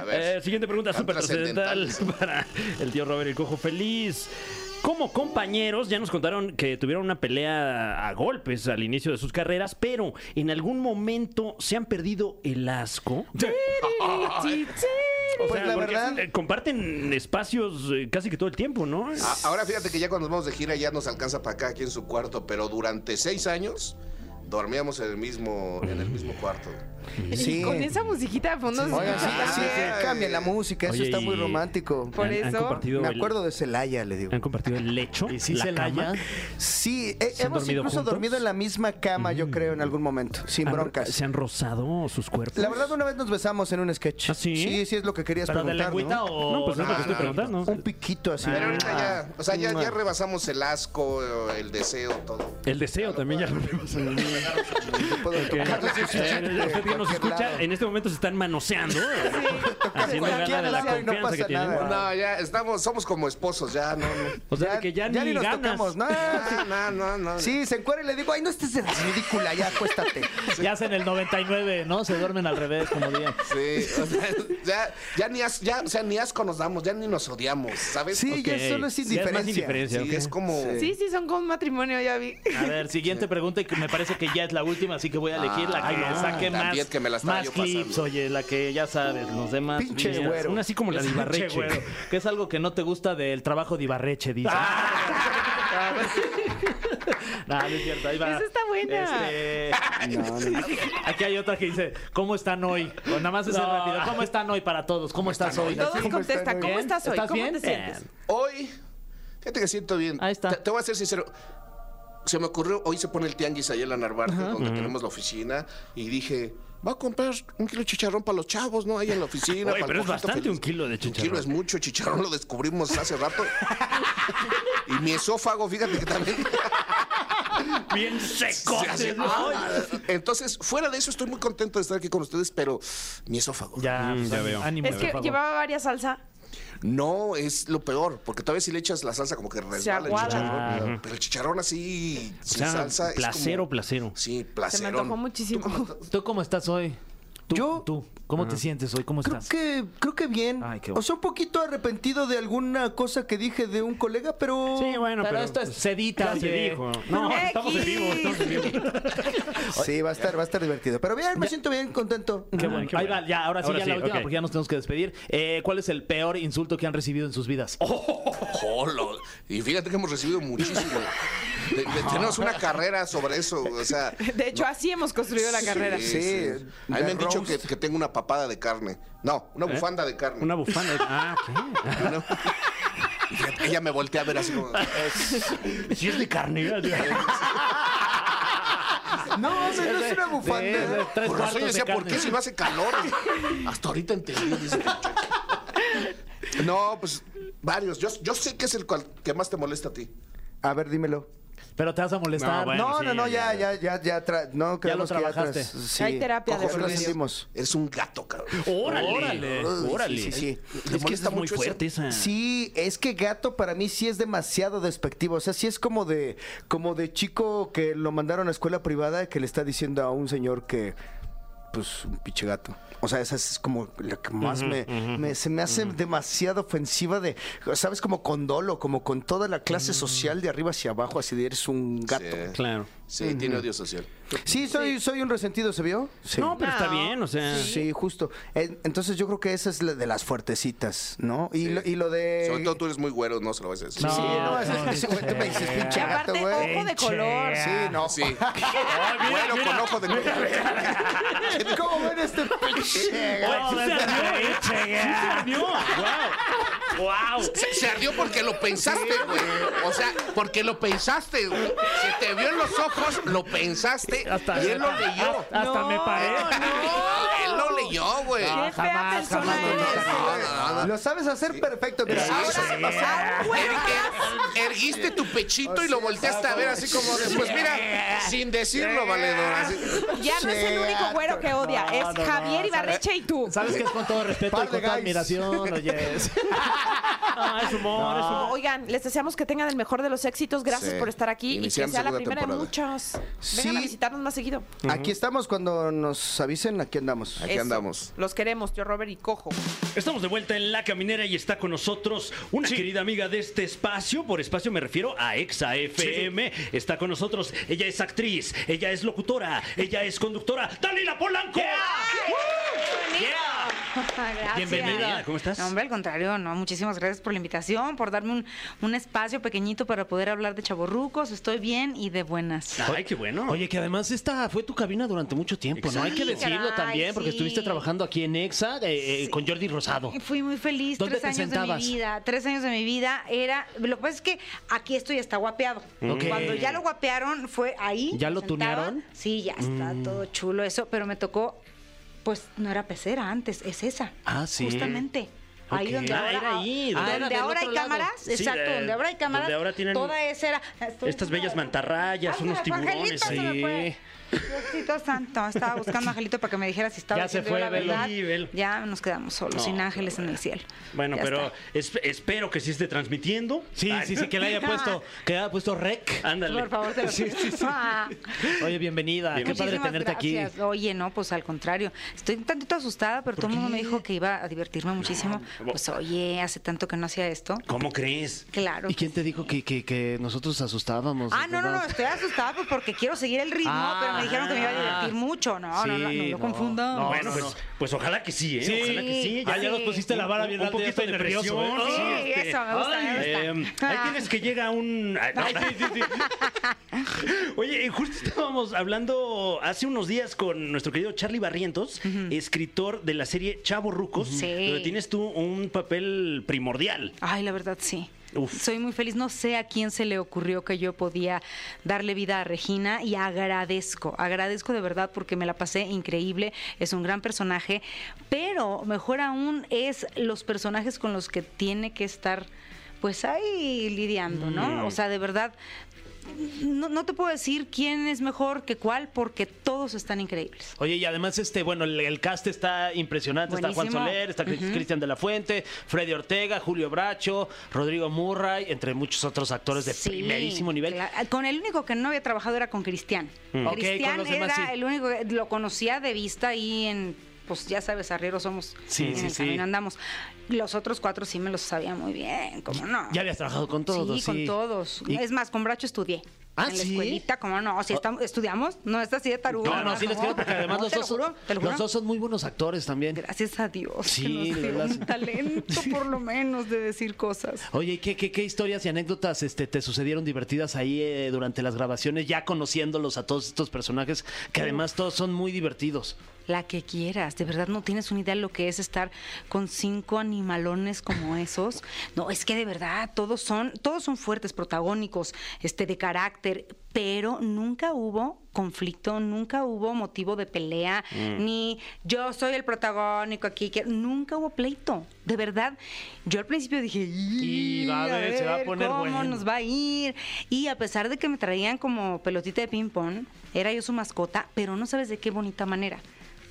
Speaker 5: A ver.
Speaker 3: Eh, siguiente pregunta
Speaker 5: Tan
Speaker 3: súper trascendental
Speaker 5: trascendentales.
Speaker 3: para el tío Robert el Cojo Feliz. Como compañeros, ya nos contaron que tuvieron una pelea a golpes al inicio de sus carreras, pero en algún momento se han perdido el asco.
Speaker 2: Ti, ti.
Speaker 3: O
Speaker 6: Pues la
Speaker 3: porque,
Speaker 6: verdad-
Speaker 3: eh, comparten espacios eh, casi que todo el tiempo, ¿no?
Speaker 6: Ah,
Speaker 5: A- Ahora fíjate que ya cuando nos vamos de gira ya nos alcanza para acá aquí en su cuarto, pero durante seis años dormíamos en el mismo, en el mismo cuarto.
Speaker 6: Sí.
Speaker 2: Con esa musiquita de fondo. se
Speaker 6: Oigan, sí,
Speaker 2: escucha
Speaker 6: sí,
Speaker 2: padre.
Speaker 5: Ah.
Speaker 6: cambia la música, eso
Speaker 3: Oye,
Speaker 6: está muy
Speaker 3: y-
Speaker 6: romántico.
Speaker 2: Por
Speaker 3: Han- han
Speaker 2: eso-
Speaker 3: compartido
Speaker 6: Me
Speaker 3: el-
Speaker 6: acuerdo de Celaya, le digo.
Speaker 3: han compartido el lecho,
Speaker 4: ¿Y si
Speaker 3: la
Speaker 4: se la
Speaker 3: cama.
Speaker 4: hallan?
Speaker 6: Sí, eh,
Speaker 3: ¿Se han
Speaker 6: hemos
Speaker 3: dormido
Speaker 6: incluso
Speaker 3: juntos?
Speaker 6: dormido en la misma cama, yo creo, en algún momento, sin
Speaker 3: Han-
Speaker 6: broncas.
Speaker 3: se han rozado sus cuerpos.
Speaker 6: La verdad, una vez nos besamos en un sketch.
Speaker 3: ¿Ah, sí?
Speaker 6: Sí, sí, es lo que querías
Speaker 4: ¿Pero de
Speaker 6: preguntar,
Speaker 4: lengüita
Speaker 6: ¿no?
Speaker 4: o.?
Speaker 3: No, pues no,
Speaker 5: no,
Speaker 3: te estoy
Speaker 5: no,
Speaker 3: preguntando.
Speaker 6: Un piquito así.
Speaker 5: Pero ahorita
Speaker 3: Ah,
Speaker 5: ya, o sea, ya, ya rebasamos el asco, el deseo, todo.
Speaker 3: El deseo también ya lo vimos. Usted que nos escucha, en este momento se están manoseando, haciendo
Speaker 6: cualquier
Speaker 3: gala de la
Speaker 6: lado y no
Speaker 3: confianza
Speaker 6: pasa
Speaker 3: que tienen.
Speaker 6: nada.
Speaker 5: No, ya estamos, somos como esposos, ya, no, no.
Speaker 3: O sea, de que ya, ni,
Speaker 6: nos
Speaker 3: ganas.
Speaker 6: tocamos, ¿no?
Speaker 5: Ah, no, no, no.
Speaker 6: Sí, se encuentra y le digo, ay, no estés de ridícula, ya acuéstate.
Speaker 4: Ya hacen el 99, ¿no? Se duermen al revés, como dirían.
Speaker 5: Sí, o sea, ya, ya ni as- ya, o sea, ni asco nos damos, ya ni nos odiamos, ¿sabes?
Speaker 6: Sí,
Speaker 3: Ok.
Speaker 6: ya solo es
Speaker 3: Ya más
Speaker 6: indiferencia.
Speaker 5: Sí,
Speaker 3: indiferencia, ok.
Speaker 5: es como...
Speaker 2: Sí, sí, son como un matrimonio, ya vi.
Speaker 4: A ver, siguiente pregunta y que me parece que ya es la última, así que voy a elegir la que
Speaker 5: Ay, no,
Speaker 4: saque más,
Speaker 5: también que me la estaba
Speaker 4: más
Speaker 5: yo
Speaker 4: clips,
Speaker 5: pasando.
Speaker 4: oye, la que ya sabes, los demás.
Speaker 6: Pinche
Speaker 4: videos.
Speaker 6: güero.
Speaker 3: Una así como la de Ibarreche.
Speaker 4: Che, güero, que es algo que no te gusta del trabajo de Ibarreche, dice. No, no es cierto, ahí va.
Speaker 2: Ah. Esa está buena.
Speaker 4: Este, Aquí hay otra que dice, ¿cómo están hoy? O nada más es el rápido. ¿Cómo están hoy para todos? ¿Cómo estás hoy?
Speaker 2: Todos
Speaker 4: Así.
Speaker 2: contestan, ¿cómo
Speaker 4: ¿Bien?
Speaker 2: estás hoy?
Speaker 4: ¿Estás
Speaker 2: ¿Cómo
Speaker 4: bien?
Speaker 2: te sientes?
Speaker 5: Hoy, fíjate que siento bien.
Speaker 4: Ahí está.
Speaker 5: Te, te voy a ser sincero. Se me ocurrió, hoy se pone el tianguis allá en la Narvarte, donde tenemos la oficina, y dije, va a comprar un kilo de chicharrón para los chavos, ¿no? Ahí en la oficina.
Speaker 3: Oye,
Speaker 5: para el
Speaker 3: pero es
Speaker 5: mojito
Speaker 3: bastante un kilo de
Speaker 5: Un kilo
Speaker 3: chicharrón.
Speaker 5: es mucho, chicharrón lo descubrimos hace rato. y mi esófago, fíjate que también...
Speaker 3: Bien seco.
Speaker 5: se hace- Entonces, fuera de eso, estoy muy contento de estar aquí con ustedes, pero mi esófago.
Speaker 4: Ya,
Speaker 3: Mm,
Speaker 4: pues,
Speaker 3: ya veo.
Speaker 4: ánimo,
Speaker 2: Es
Speaker 4: por
Speaker 2: que
Speaker 4: favor.
Speaker 2: llevaba varias salsa.
Speaker 5: No, es lo peor, porque todavía si le echas la salsa como que resbala el
Speaker 2: aguada.
Speaker 5: chicharrón. Pero el chicharrón así,
Speaker 3: O
Speaker 5: sin
Speaker 3: sea,
Speaker 5: salsa, es
Speaker 3: placero,
Speaker 5: como-
Speaker 3: placero.
Speaker 5: Sí, placer.
Speaker 2: Se me antojó muchísimo.
Speaker 4: ¿Tú cómo estás hoy? ¿Tú,
Speaker 6: Yo- Ah.
Speaker 4: tú, ¿cómo te sientes hoy? ¿Cómo
Speaker 6: Creo
Speaker 4: estás?
Speaker 6: que, creo que bien.
Speaker 4: Ay, qué bueno.
Speaker 6: o sea, un poquito arrepentido de alguna cosa que dije de un colega, pero.
Speaker 3: Sí, bueno, pero...
Speaker 4: pero,
Speaker 3: pues,
Speaker 4: esto es sedita,
Speaker 3: Ya se
Speaker 4: oye.
Speaker 3: dijo. No, estamos en vivo, estamos en vivo.
Speaker 6: Sí, va a estar, va a estar divertido. Pero bien, me siento bien, contento.
Speaker 4: Qué
Speaker 3: Ah,
Speaker 4: bueno.
Speaker 3: qué
Speaker 4: Ahí
Speaker 3: bueno.
Speaker 4: va, ya, ahora sí,
Speaker 3: Ahora
Speaker 4: ya
Speaker 3: sí,
Speaker 4: la última,
Speaker 3: ok.
Speaker 4: porque ya nos tenemos que despedir. Eh, ¿Cuál es el peor insulto que han recibido en sus vidas?
Speaker 6: Oh.
Speaker 5: Jolo. Y fíjate que hemos recibido muchísimo. De- de- tenemos una carrera sobre eso. O sea,
Speaker 2: De hecho, así hemos construido la carrera.
Speaker 5: sí,
Speaker 6: Sí,
Speaker 5: sí. A mí
Speaker 6: de
Speaker 5: me han dicho que,
Speaker 6: roast.
Speaker 5: que tengo una papada de carne. No, una bufanda de carne.
Speaker 3: Una bufanda. Ah, ¿qué?
Speaker 5: Una- Y fíjate, Ella me voltea a ver así como.
Speaker 3: Si es de carne.
Speaker 6: No, o sea, no es una bufanda.
Speaker 4: de- tres
Speaker 5: Por
Speaker 4: cuartos
Speaker 5: razón, yo
Speaker 4: de
Speaker 5: decía, ¿por
Speaker 4: carne.
Speaker 5: qué si no hace calor? Hasta ahorita entendí. dice el muchacho. no, pues varios. Yo, yo sé que es el cual- que más te molesta a ti.
Speaker 6: A ver, dímelo.
Speaker 4: Pero te vas a molestar.
Speaker 3: No, bueno.
Speaker 6: no,
Speaker 3: sí,
Speaker 6: no, no, ya, ya, ya, ya, tra- no creemos que ya
Speaker 4: trabajaste.
Speaker 6: tras- sí.
Speaker 2: Hay terapia de
Speaker 6: Ojo, lo
Speaker 2: por medio.
Speaker 6: sentimos.
Speaker 5: Eres un gato, cabrón.
Speaker 3: Órale. Órale.
Speaker 6: Sí, sí,
Speaker 5: Le
Speaker 3: Es que
Speaker 5: molesta
Speaker 3: está muy
Speaker 5: mucho ese-
Speaker 3: fuerte
Speaker 4: Ah.
Speaker 3: esa.
Speaker 6: sí. Sí, es que gato para mí sí es demasiado despectivo. O sea, sí es como de, como de chico que lo mandaron a escuela privada que le está diciendo a un señor que, pues, un pinche gato. O sea, esa es como la que más me, me- se me hace demasiado ofensiva de, ¿sabes? Como con dolo, como con toda la clase social de arriba hacia abajo, así de eres un gato.
Speaker 5: Sí,
Speaker 3: Claro.
Speaker 5: Sí, tiene odio social.
Speaker 6: Sí, soy, soy un resentido, ¿se vio? Sí.
Speaker 3: No, pero está
Speaker 2: No.
Speaker 3: bien, o sea...
Speaker 6: Sí, justo. En- Entonces yo creo que esa es la de las fuertecitas, ¿no? Y, lo, y lo de...
Speaker 5: Sobre todo tú eres muy güero, no se lo vas a decir.
Speaker 6: Sí, no,
Speaker 4: No,
Speaker 6: ese-
Speaker 4: no,
Speaker 6: ese güey, tú me dices,
Speaker 2: Y
Speaker 6: pinche gato,
Speaker 2: aparte,
Speaker 6: güey.
Speaker 2: ojo de color.
Speaker 6: Sí, no.
Speaker 5: Sí. Güero con ojo de
Speaker 6: ¿Cómo ven este pinche gato?
Speaker 3: Sí se ardió, ¿eh? Sí se ardió. Wow.
Speaker 5: Se, se ardió porque lo pensaste, güey. O sea, porque lo pensaste, güey. Se te vio en los ojos, lo pensaste y él lo leyó.
Speaker 4: Hasta me paré.
Speaker 5: Él lo leyó, güey.
Speaker 2: Qué fea
Speaker 4: jamás,
Speaker 2: persona
Speaker 4: jamás,
Speaker 2: eres.
Speaker 6: Lo sabes hacer perfecto, mira.
Speaker 2: Ahora, ahora un güey
Speaker 5: Er- er- erguiste tu pechito y lo volteaste a ver así como de, pues mira, sin decirlo, valedor. así.
Speaker 2: Ya no es el único güero que odia. Es Javier Ibarreche y tú.
Speaker 4: Sabes que es con todo respeto
Speaker 6: Par
Speaker 4: y
Speaker 6: de
Speaker 4: con toda
Speaker 6: guys.
Speaker 4: admiración, oye.
Speaker 3: Ah, es humor, es humor.
Speaker 2: Oigan, les deseamos que tengan el mejor de los éxitos. Gracias
Speaker 5: Sí.
Speaker 2: por estar aquí y que sea
Speaker 5: Iniciamos
Speaker 2: la
Speaker 5: segunda
Speaker 2: primera
Speaker 5: temporada.
Speaker 2: de muchos. Vengan
Speaker 6: Sí.
Speaker 2: a visitarnos más seguido.
Speaker 6: Aquí estamos cuando nos avisen, aquí andamos.
Speaker 5: Aquí
Speaker 2: Eso.
Speaker 5: andamos.
Speaker 2: Los queremos, yo Robert y Cojo.
Speaker 3: Estamos de vuelta en La Caminera y está con nosotros una querida amiga de este espacio. Por espacio me refiero a Exa FM. Está con nosotros. Ella es actriz, ella es locutora, ella es conductora. ¡Dalila Polanco! ¡Uh! ¡Yeah!
Speaker 8: Gracias.
Speaker 3: Bienvenida, ¿cómo estás?
Speaker 8: No, hombre, al contrario, no. Muchísimas gracias por la invitación, por darme un, un espacio pequeñito para poder hablar de chaborrucos. Estoy bien y de buenas.
Speaker 3: Ay, qué bueno.
Speaker 4: Oye, que además esta fue tu cabina durante mucho tiempo, ¿no? Hay que
Speaker 8: Sí,
Speaker 4: decirlo
Speaker 8: caray,
Speaker 4: también, porque
Speaker 8: sí.
Speaker 4: estuviste trabajando aquí en EXA eh, eh, con Jordi Rosado.
Speaker 8: Fui muy feliz
Speaker 4: ¿Dónde
Speaker 8: tres
Speaker 4: te
Speaker 8: años
Speaker 4: sentabas?
Speaker 8: de mi vida. Tres años de mi vida era. Lo que pasa es que aquí estoy hasta guapeado.
Speaker 4: Ok.
Speaker 8: Cuando ya lo guapearon, fue ahí.
Speaker 4: ¿Ya
Speaker 8: me
Speaker 4: lo
Speaker 8: sentaba.
Speaker 4: tunearon? Mm.
Speaker 8: Sí, ya está todo chulo eso, pero me tocó. Pues no era pecera antes, es esa.
Speaker 4: Ah, sí.
Speaker 8: Justamente. Ahí
Speaker 4: Ok.
Speaker 8: donde
Speaker 4: Ah,
Speaker 8: ahora,
Speaker 4: era ahí,
Speaker 8: donde
Speaker 4: ah, era del
Speaker 8: ahora hay
Speaker 4: otro lado.
Speaker 8: cámaras,
Speaker 3: Sí,
Speaker 8: exacto,
Speaker 3: eh,
Speaker 8: donde ahora hay cámaras,
Speaker 3: donde ahora tienen
Speaker 8: toda esa era
Speaker 3: Estas bellas mantarrayas,
Speaker 8: Ay,
Speaker 3: unos
Speaker 8: se me fue
Speaker 3: tiburones.
Speaker 8: Angelito, se me
Speaker 3: ahí.
Speaker 8: fue. Diosito santo, estaba buscando a Angelito para que me dijera si estaba
Speaker 4: Ya se
Speaker 8: diciendo
Speaker 4: fue,
Speaker 8: yo la
Speaker 4: velo.
Speaker 8: verdad.
Speaker 3: Sí, velo.
Speaker 8: Ya nos quedamos solos, sin ángeles en el cielo.
Speaker 3: Bueno,
Speaker 8: Ya
Speaker 3: pero
Speaker 8: está.
Speaker 3: es- espero que sí esté transmitiendo.
Speaker 4: Sí,
Speaker 3: Ay.
Speaker 4: sí, sí, que le haya puesto, que le haya puesto rec.
Speaker 3: Ándale.
Speaker 8: Por favor, te lo pido. Ah,
Speaker 4: Oye, bienvenida. Qué padre
Speaker 8: muchísimas
Speaker 4: tenerte
Speaker 8: gracias.
Speaker 4: aquí.
Speaker 8: Oye, no, pues al contrario. Estoy un tantito asustada, pero todo el mundo me dijo que iba a divertirme muchísimo. Pues oye, hace tanto que no hacía esto.
Speaker 3: ¿Cómo crees?
Speaker 8: Claro.
Speaker 4: ¿Y quién te dijo que, que, que nosotros asustábamos?
Speaker 8: Ah, no, no, no,
Speaker 4: ¿verdad?
Speaker 8: estoy asustada pues, porque quiero seguir el ritmo,
Speaker 4: Ah.
Speaker 8: pero me dijeron que me iba a divertir mucho. No, no, no, no,
Speaker 4: Sí,
Speaker 8: lo
Speaker 4: no.
Speaker 8: confunda.
Speaker 4: No,
Speaker 3: bueno,
Speaker 4: no,
Speaker 3: pues,
Speaker 4: no.
Speaker 3: pues ojalá que sí, ¿eh?
Speaker 4: Sí.
Speaker 3: Ojalá que sí.
Speaker 4: Ah, ya nos pusiste la vara bien
Speaker 3: un
Speaker 4: alta, ya
Speaker 3: poquito
Speaker 4: estoy
Speaker 3: de
Speaker 4: nervioso,
Speaker 3: presión.
Speaker 4: ¿eh?
Speaker 8: Sí, eso, me gusta, Ah. me
Speaker 3: eh,
Speaker 8: gusta.
Speaker 3: este, ahí tienes que llega un... ay, no. Oye, eh, justo estábamos hablando hace unos días con nuestro querido Charlie Barrientos, escritor de la serie Chavo Rucos,
Speaker 8: Ujú. Sí.
Speaker 3: donde tienes tú un papel primordial.
Speaker 8: Ay, la verdad sí.
Speaker 3: Uf.
Speaker 8: Soy muy feliz. No sé a quién se le ocurrió que yo podía darle vida a Regina y agradezco, agradezco de verdad porque me la pasé increíble. Es un gran personaje, pero mejor aún es los personajes con los que tiene que estar, pues ahí lidiando, ¿no? O sea, de verdad. No, no te puedo decir quién es mejor que cuál porque todos están increíbles.
Speaker 4: Oye, y además, este, bueno, el, el cast está impresionante. Está Juan
Speaker 8: Buenísimo.
Speaker 4: Soler, está Cris- Cristian de la Fuente, Freddy Ortega, Julio Bracho, Rodrigo Murray, entre muchos otros actores de
Speaker 8: Sí,
Speaker 4: primerísimo nivel. Mm.
Speaker 8: cla- ah, Con el único que no había trabajado era con Cristian.
Speaker 4: Ok,
Speaker 8: Cristian
Speaker 4: con los demás,
Speaker 8: era
Speaker 4: sí.
Speaker 8: el único que lo conocía de vista y en pues ya sabes, arriero somos.
Speaker 4: Sí,
Speaker 8: en
Speaker 4: sí,
Speaker 8: el
Speaker 4: sí.
Speaker 8: camino andamos. Los otros cuatro sí me los sabía muy bien, ¿cómo no?
Speaker 4: Ya habías trabajado con todos, sí.
Speaker 8: con todos.
Speaker 4: Y-
Speaker 8: Es más, con Bracho estudié.
Speaker 4: Ah,
Speaker 8: en la
Speaker 4: ¿sí? Ah.
Speaker 8: escuelita, ¿cómo no? Si estamos- estudiamos, no es así de tarugo.
Speaker 4: No, no, sí les creo, porque además los
Speaker 8: te
Speaker 4: dos,
Speaker 8: lo juro, te lo juro.
Speaker 4: los dos son muy buenos actores también.
Speaker 8: Gracias a Dios.
Speaker 4: Sí,
Speaker 8: que nos
Speaker 4: de
Speaker 8: dio
Speaker 4: verdad.
Speaker 8: un talento, por lo menos, de decir cosas.
Speaker 4: Oye, ¿y ¿qué, qué, qué historias y anécdotas este, te sucedieron divertidas ahí eh, durante las grabaciones, ya conociéndolos a todos estos personajes, que además todos son muy divertidos?
Speaker 8: La que quieras, de verdad no tienes una idea lo que es estar con cinco animalones como esos. No, es que de verdad todos son, todos son fuertes, protagónicos, este, de carácter, pero nunca hubo conflicto, nunca hubo motivo de pelea,
Speaker 4: Mm.
Speaker 8: ni yo soy el protagónico aquí, que nunca hubo pleito. De verdad, yo al principio dije, y
Speaker 4: va a ver, se va a poner
Speaker 8: cómo
Speaker 4: bueno".
Speaker 8: nos va a ir. Y a pesar de que me traían como pelotita de ping-pong, era yo su mascota, pero no sabes de qué bonita manera.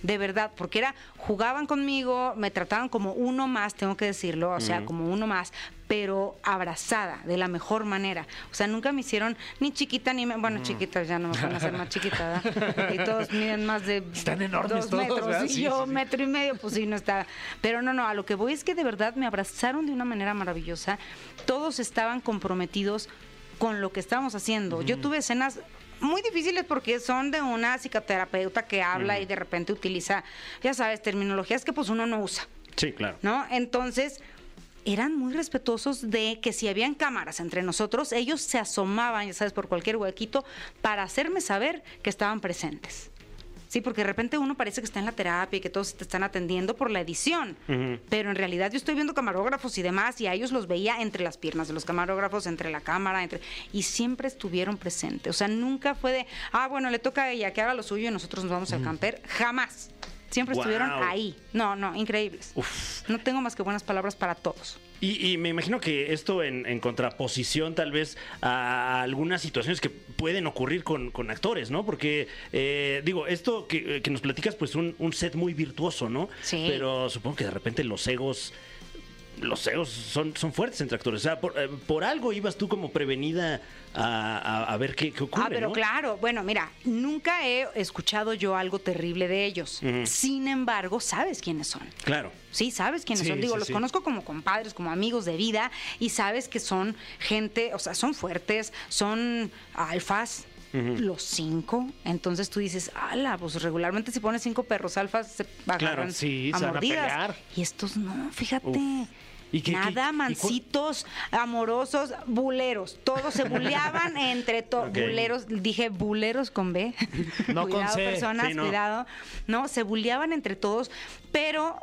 Speaker 8: De verdad, porque era, jugaban conmigo, me trataban como uno más, tengo que decirlo, o sea, como uno más, pero abrazada, de la mejor manera. O sea, nunca me hicieron ni chiquita ni. me- Bueno, chiquita, ya no me van a hacer más chiquita, ¿verdad? Y todos miden más de.
Speaker 4: Están enormes
Speaker 8: dos
Speaker 4: todos,
Speaker 8: metros,
Speaker 4: ¿verdad?
Speaker 8: Y
Speaker 4: Sí,
Speaker 8: yo,
Speaker 4: sí, sí.
Speaker 8: metro y medio, pues sí, no está. Pero no, no, a lo que voy es que de verdad me abrazaron de una manera maravillosa. Todos estaban comprometidos con lo que estábamos haciendo. Yo tuve escenas muy difíciles porque son de una psicoterapeuta que habla y de repente utiliza, ya sabes, terminologías que pues uno no usa.
Speaker 3: Sí, claro.
Speaker 8: ¿no? Entonces, eran muy respetuosos de que si habían cámaras entre nosotros, ellos se asomaban, ya sabes, por cualquier huequito para hacerme saber que estaban presentes. Sí, porque de repente uno parece que está en la terapia y que todos te están atendiendo por la edición. Pero en realidad yo estoy viendo camarógrafos y demás, y a ellos los veía entre las piernas de los camarógrafos, entre la cámara, entre. Y siempre estuvieron presentes. O sea, nunca fue de, ah, bueno, le toca a ella que haga lo suyo y nosotros nos vamos al camper. Jamás. Siempre estuvieron
Speaker 3: Guau.
Speaker 8: ahí. No, no, increíbles. No tengo más que buenas palabras para todos.
Speaker 3: Y, y me imagino que esto en, en contraposición tal vez a algunas situaciones que pueden ocurrir con, con actores, ¿no? Porque, eh, digo, esto que, que nos platicas, pues un, un set muy virtuoso, ¿no?
Speaker 8: Sí.
Speaker 3: Pero supongo que de repente los egos... Los egos son, son fuertes entre actores. O sea, por, eh, por algo ibas tú como prevenida a, a- a ver qué, qué ocurre.
Speaker 8: ah, pero
Speaker 3: ¿no?
Speaker 8: claro, bueno, mira, nunca he escuchado yo algo terrible de ellos. Sin embargo, sabes quiénes son.
Speaker 3: Claro.
Speaker 8: Sí, sabes quiénes
Speaker 4: Sí,
Speaker 8: son. Digo,
Speaker 4: sí,
Speaker 8: los
Speaker 4: sí.
Speaker 8: conozco como compadres, como amigos de vida y sabes que son gente, o sea, son fuertes, son alfas. los cinco. Entonces tú dices, ala, pues regularmente si pones cinco perros alfas se agarran
Speaker 4: sí,
Speaker 8: a
Speaker 4: se van a
Speaker 8: mordidas".
Speaker 4: pelear.
Speaker 8: Y estos no, fíjate.
Speaker 4: ¿Y qué- qué- y
Speaker 8: Nada,
Speaker 4: cu-
Speaker 8: mancitos, amorosos, buleros. Todos se buleaban entre todos. Buleros, dije buleros con B.
Speaker 4: No con
Speaker 8: cuidado,
Speaker 4: C.
Speaker 8: personas,
Speaker 3: Sí, no.
Speaker 8: cuidado. No, se buleaban entre todos, pero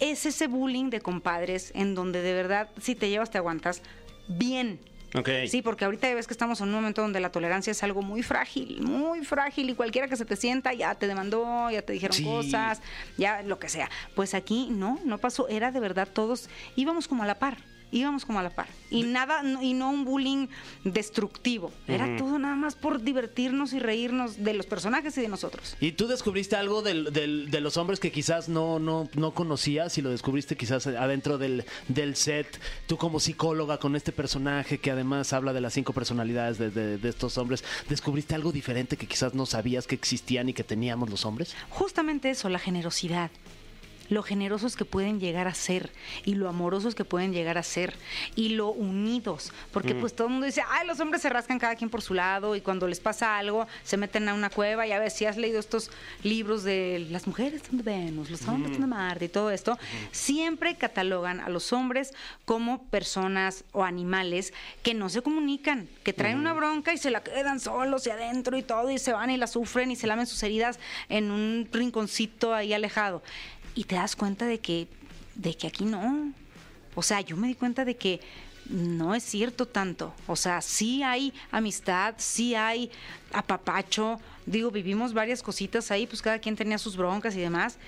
Speaker 8: es ese bullying de compadres en donde de verdad, si te llevas, te aguantas bien.
Speaker 3: Ok.
Speaker 8: Sí, porque ahorita ves que estamos en un momento donde la tolerancia es algo muy frágil, muy frágil, y cualquiera que se te sienta ya te demandó, ya te dijeron
Speaker 4: Sí.
Speaker 8: cosas, ya lo que sea. Pues aquí no, no pasó, era de verdad todos, íbamos como a la par, íbamos como a la par. Y nada, no- y no un bullying destructivo, era todo nada más por divertirnos y reírnos de los personajes y de nosotros.
Speaker 4: ¿Y tú descubriste algo del- del- de los hombres que quizás no, no, no conocías y lo descubriste quizás adentro del, del set? Tú como psicóloga con este personaje que además habla de las cinco personalidades de, de- de estos hombres, ¿descubriste algo diferente que quizás no sabías que existían y que teníamos los hombres?
Speaker 8: Justamente eso, la generosidad. Lo generosos que pueden llegar a ser y lo amorosos que pueden llegar a ser y lo unidos. Porque pues todo el mundo dice, ay, los hombres se rascan cada quien por su lado y cuando les pasa algo se meten a una cueva y a ver si has leído estos libros de las mujeres son de Venus, los hombres son de Marte y todo esto. Siempre catalogan a los hombres como personas o animales que no se comunican, que traen una bronca y se la quedan solos y adentro y todo, y se van y la sufren y se lamen sus heridas en un rinconcito ahí alejado. Y te das cuenta de que, de que aquí no. O sea, yo me di cuenta de que no es cierto tanto. O sea, sí hay amistad, sí hay apapacho. Digo, vivimos varias cositas ahí, pues cada quien tenía sus broncas y demás.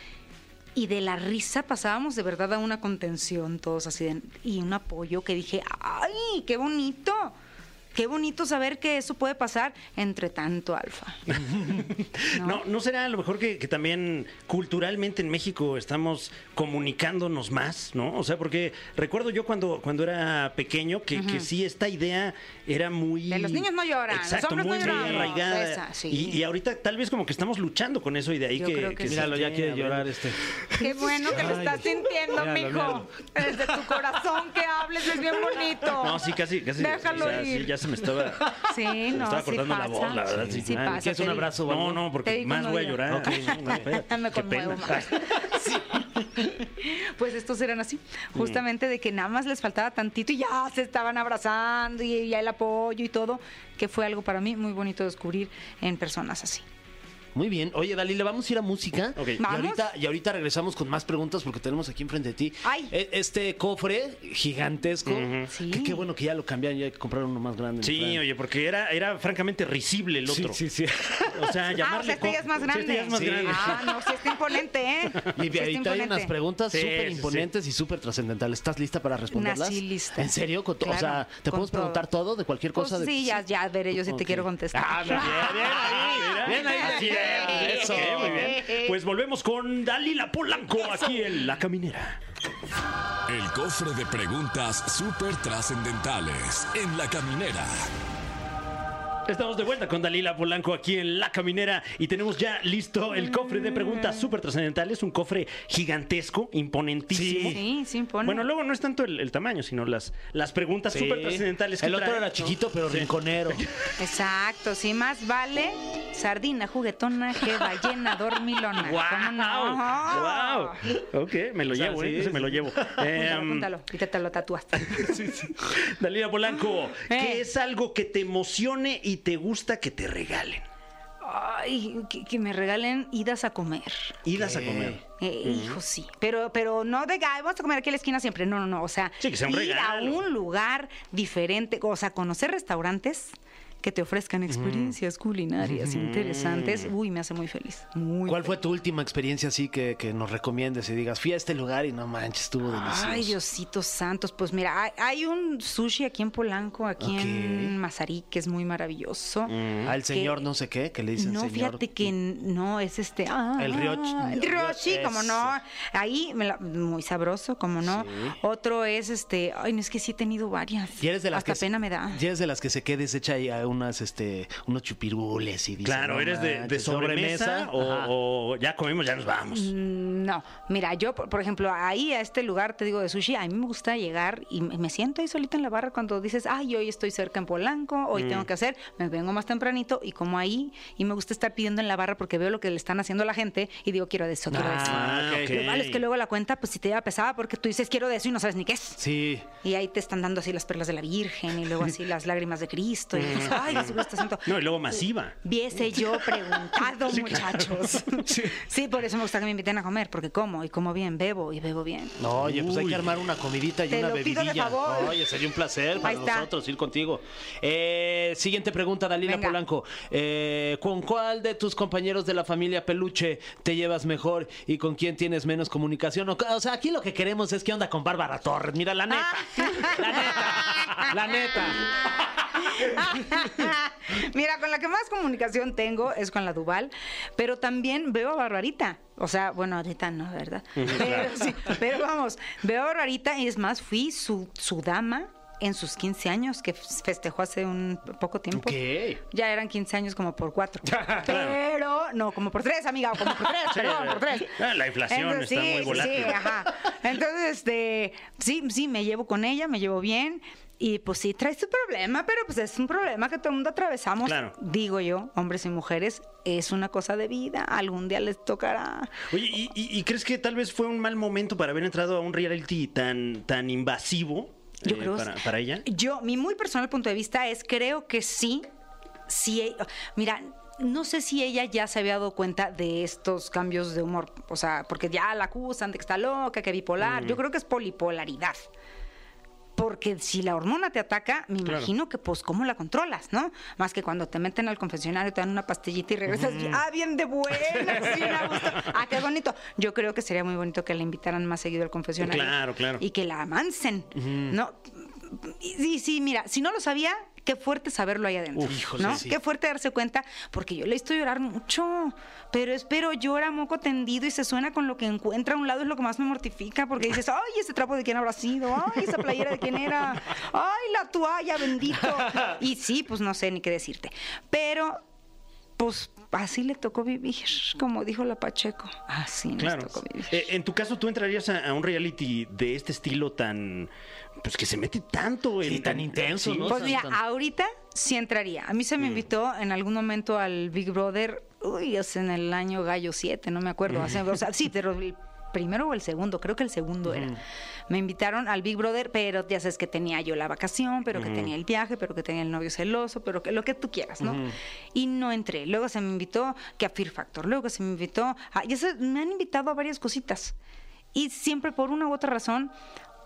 Speaker 8: Y de la risa pasábamos de verdad a una contención todos así de- y un apoyo que dije, ¡ay, qué bonito! Qué bonito saber que eso puede pasar entre tanto alfa.
Speaker 3: ¿No? ¿No, será a lo mejor que, que también culturalmente en México estamos comunicándonos más, ¿no? O sea, porque recuerdo yo cuando, cuando era pequeño que, que sí esta idea era muy...
Speaker 8: De los niños no lloran, los
Speaker 3: Exacto,
Speaker 8: hombres no
Speaker 3: muy, muy
Speaker 8: lloramos,
Speaker 3: arraigada.
Speaker 8: esa, sí.
Speaker 3: y, y ahorita tal vez como que estamos luchando con eso y de ahí
Speaker 8: Yo
Speaker 3: que,
Speaker 8: creo que sí.
Speaker 3: se
Speaker 4: Míralo, ya
Speaker 3: esté
Speaker 4: quiere
Speaker 3: abriendo.
Speaker 4: llorar este.
Speaker 2: Qué bueno que lo
Speaker 4: Ay,
Speaker 2: estás sintiendo,
Speaker 4: Míralo,
Speaker 2: mijo.
Speaker 4: míralo.
Speaker 2: Desde tu corazón que hables, es bien bonito.
Speaker 8: Oh,
Speaker 3: No, sí, casi, casi.
Speaker 2: Déjalo
Speaker 3: o sea, sí,
Speaker 2: ir.
Speaker 3: ya se me estaba...
Speaker 8: Sí,
Speaker 3: se me
Speaker 8: no,
Speaker 3: estaba
Speaker 8: sí
Speaker 3: cortando la
Speaker 8: pasa.
Speaker 3: voz, la verdad.
Speaker 8: Sí,
Speaker 3: Sí,
Speaker 8: sí
Speaker 3: man.
Speaker 8: pasa,
Speaker 3: ¿Quieres un
Speaker 8: te digo.
Speaker 3: abrazo? o algo? No, no,
Speaker 8: Te
Speaker 3: porque
Speaker 8: digo
Speaker 3: más
Speaker 8: cuando
Speaker 3: voy a
Speaker 8: yo.
Speaker 3: llorar.
Speaker 8: Ok.
Speaker 3: No, no, espérate.
Speaker 8: Me
Speaker 3: Qué
Speaker 8: conmuevo
Speaker 3: pena.
Speaker 8: más. Sí. Pues estos eran así,
Speaker 3: Mm.
Speaker 8: justamente de que nada más les faltaba tantito y ya se estaban abrazando y ya el apoyo y todo, que fue algo para mí muy bonito descubrir en personas así.
Speaker 4: Muy bien. Oye, Dalila, vamos a ir a música.
Speaker 3: Ok.
Speaker 4: Y
Speaker 8: ¿Vamos?
Speaker 4: ahorita, y ahorita regresamos con más preguntas porque tenemos aquí enfrente de ti
Speaker 8: Ay.
Speaker 4: e- este cofre gigantesco.
Speaker 8: Sí.
Speaker 4: Que qué bueno que ya lo cambiaron, ya compraron uno más grande. mi
Speaker 3: Sí,
Speaker 4: Fran.
Speaker 3: oye, porque era, era francamente risible el otro.
Speaker 4: Sí, sí, sí.
Speaker 3: O sea,
Speaker 8: Ah, o
Speaker 3: llamarle
Speaker 8: sea, este ya es más
Speaker 3: co- sí,
Speaker 8: grande.
Speaker 3: este ya es más
Speaker 4: Sí.
Speaker 3: grande.
Speaker 8: Ah, no, sí está imponente, ¿eh? Sí
Speaker 4: Y
Speaker 8: está
Speaker 4: ahorita hay unas
Speaker 8: imponente.
Speaker 4: preguntas
Speaker 3: Sí,
Speaker 4: súper
Speaker 3: sí, sí.
Speaker 4: imponentes y súper trascendentales. ¿Estás lista para responderlas?
Speaker 8: Nací lista.
Speaker 4: ¿En serio? Con to- o
Speaker 8: Claro,
Speaker 4: sea, ¿te
Speaker 8: con
Speaker 4: podemos preguntar todo de cualquier
Speaker 8: Pues
Speaker 4: cosa? de-
Speaker 8: sí, ya, ya veré yo si
Speaker 4: Ok.
Speaker 8: te quiero contestar.
Speaker 4: Ah, bien, bien ahí. Bien ahí.
Speaker 3: Así es,
Speaker 4: Eso.
Speaker 3: Ah, ok, muy bien. Pues volvemos con Dalila Polanco aquí en La Caminera.
Speaker 1: El cofre de preguntas súper trascendentales en la caminera.
Speaker 3: Estamos de vuelta con Dalila Polanco aquí en La Caminera y tenemos ya listo el cofre de preguntas súper trascendentales, un cofre gigantesco, imponentísimo.
Speaker 8: Sí, sí impone.
Speaker 3: Bueno, luego no es tanto el, el tamaño, sino las, las preguntas
Speaker 4: Sí.
Speaker 3: súper trascendentales que
Speaker 4: El otro
Speaker 3: trae,
Speaker 4: era
Speaker 3: ¿no?
Speaker 4: chiquito, pero
Speaker 3: Sí.
Speaker 4: rinconero.
Speaker 8: Exacto, sí, más vale sardina juguetona que ballena dormilona. Ah, ¿Cómo no?
Speaker 3: ¡Wow! ¡Wow! Ok, me lo
Speaker 4: O sea,
Speaker 3: llevo, ¿eh?
Speaker 4: sí,
Speaker 3: Ese me lo llevo.
Speaker 8: Apúntalo,
Speaker 3: Em,
Speaker 8: apúntalo. Y te, te lo tatuaste.
Speaker 3: Dalila Polanco, ¿qué
Speaker 8: Eh.
Speaker 3: es algo que te emocione y te gusta que te regalen?
Speaker 8: Ay, que, que me regalen idas a comer.
Speaker 3: Idas a comer.
Speaker 8: Eh, Hijo, sí. Pero, pero no de que "Ay, vamos a comer aquí en la esquina siempre. No, no, no. O sea,
Speaker 3: Sí, que sea un
Speaker 8: ir
Speaker 3: regalo.
Speaker 8: a un lugar diferente. O sea, conocer restaurantes que te ofrezcan experiencias culinarias interesantes. Uy, me hace muy feliz. Muy
Speaker 4: ¿Cuál fue tu última experiencia así que, que nos recomiendes y digas, fui a este lugar y no manches, estuvo delicioso?
Speaker 8: Ay, Diositos santos. Pues mira, hay, hay un sushi aquí en Polanco, aquí en
Speaker 4: Ok.
Speaker 8: Mazarí, que es muy maravilloso.
Speaker 4: Al señor
Speaker 8: que-
Speaker 4: no sé qué, que le dicen
Speaker 8: No,
Speaker 4: señor. mm".
Speaker 8: fíjate que n- no, es este. ah,
Speaker 4: El rioch-
Speaker 8: El
Speaker 4: el
Speaker 8: riochi,
Speaker 4: rioch-
Speaker 8: como no. Ahí, me la- muy sabroso, como no. Otro es este. Ay, no, es que sí he tenido varias.
Speaker 4: Y eres de las
Speaker 8: Hasta
Speaker 4: que
Speaker 8: pena me da.
Speaker 4: y eres de las que se queda deshecha ahí a un unas, este, unos chupirules y dices,
Speaker 3: Claro,
Speaker 4: "No
Speaker 3: ¿eres de, de
Speaker 4: manches,
Speaker 3: sobremesa, o-
Speaker 4: Ajá.
Speaker 3: o, ya comimos, ya nos vamos?
Speaker 8: Mm. No, mira, yo, por, por ejemplo, ahí a este lugar, te digo, de sushi, a mí me gusta llegar y me me siento ahí solita en la barra cuando dices, ay, hoy estoy cerca en Polanco, hoy
Speaker 3: Mm.
Speaker 8: tengo que hacer, me vengo más tempranito y como ahí, y me gusta estar pidiendo en la barra porque veo lo que le están haciendo a la gente y digo, quiero de eso, quiero de eso.
Speaker 3: Ah, ok.
Speaker 8: Lo malo es que luego la cuenta, pues si te lleva pesada porque tú dices, quiero de eso y no sabes ni qué es.
Speaker 4: Sí,
Speaker 8: Y ahí te están dando así las perlas de la Virgen y luego así las lágrimas de Cristo. Y dices, ay, Jesucristo santo.
Speaker 3: Mm. No, y luego masiva.
Speaker 8: Viese yo preguntado, muchachos. Sí. por eso me gusta que me inviten a comer, porque como, y como bien, bebo, y bebo bien.
Speaker 4: No, oye, pues hay
Speaker 3: Uy.
Speaker 4: que armar una comidita y
Speaker 8: Te
Speaker 4: una
Speaker 8: lo pido
Speaker 4: bebidilla.
Speaker 8: de favor.
Speaker 4: Oye, sería un placer para
Speaker 8: Ahí está.
Speaker 4: nosotros ir contigo. Eh, siguiente pregunta, Dalila
Speaker 8: Venga.
Speaker 4: Polanco. Eh, ¿Con cuál de tus compañeros de la familia Peluche te llevas mejor y con quién tienes menos comunicación? O, o sea, aquí lo que queremos es qué onda con Bárbara Torres. Mira, la neta.
Speaker 8: Ah.
Speaker 4: La neta. Ah, La neta.
Speaker 8: Mira, con la que más comunicación tengo es con la Duval, pero también veo a Barbarita. O sea, bueno, ahorita no, ¿verdad? Pero, sí, pero vamos, veo a Barbarita y es más, fui su, su dama en sus 15 años, que festejó hace un poco tiempo.
Speaker 4: ¿Qué?
Speaker 8: Ya eran 15 años como por cuatro. Pero, no, como por tres, amiga, o como por tres, perdón, por tres.
Speaker 3: Ah, la inflación está muy
Speaker 8: sí,
Speaker 3: volátil.
Speaker 8: Sí, ajá. Entonces, este, sí, sí, me llevo con ella, me llevo bien. Y pues sí, trae su problema, pero pues es un problema que todo el mundo atravesamos.
Speaker 3: Claro.
Speaker 8: Digo yo, hombres y mujeres, es una cosa de vida, algún día les tocará.
Speaker 3: Oye, ¿y, y- y crees que tal vez fue un mal momento para haber entrado a un reality tan, tan invasivo
Speaker 8: Yo
Speaker 3: eh,
Speaker 8: creo
Speaker 3: para, para ella?
Speaker 8: Yo, mi muy personal punto de vista es creo que sí, sí. eh, Mira, no sé si ella ya se había dado cuenta de estos cambios de humor, o sea, porque ya la acusan de que está loca, que bipolar.
Speaker 3: Mm.
Speaker 8: Yo creo que es polipolaridad. Porque si la hormona te ataca, me imagino que pues cómo la controlas, ¿no? Más que cuando te meten al confesionario, te dan una pastillita y regresas, bien- ah, bien de buena, ah, qué bonito. Yo creo que sería muy bonito que la invitaran más seguido al confesionario.
Speaker 3: Claro, claro.
Speaker 8: Y que la amansen, ¿no? Y sí, sí, mira, si no lo sabía, qué fuerte saberlo ahí adentro.
Speaker 4: Uf, híjole,
Speaker 8: ¿no?
Speaker 4: sí.
Speaker 8: Qué fuerte darse cuenta, porque yo le he visto llorar mucho, pero espero llora moco tendido y se suena con lo que encuentra a un lado, es lo que más me mortifica, porque dices, ay, ese trapo de quién habrá sido, ay, esa playera de quién era, ay, la toalla, bendito. Y sí, pues no sé ni qué decirte. Pero, pues así le tocó vivir, como dijo la Pacheco, así nos
Speaker 3: Claro.
Speaker 8: tocó vivir.
Speaker 3: Eh, en tu caso, ¿tú entrarías a, a un reality de este estilo tan... Pues que se mete tanto en...
Speaker 4: Sí, tan
Speaker 3: en-
Speaker 4: intenso,
Speaker 3: sí.
Speaker 4: ¿no?
Speaker 8: Pues mira,
Speaker 4: Tan-
Speaker 8: ahorita sí entraría. A mí se me invitó en algún momento al Big Brother, uy, es en el año Gallo 7, no me acuerdo. hace- o sea, sí, pero el primero o el segundo, creo que el segundo era. Me invitaron al Big Brother, pero ya sabes que tenía yo la vacación, pero que tenía el viaje, pero que tenía el novio celoso, pero que lo que tú quieras, ¿no? Y no entré. Luego se me invitó que a Fear Factor, luego se me invitó a... Ya sabes, me han invitado a varias cositas. Y siempre por una u otra razón...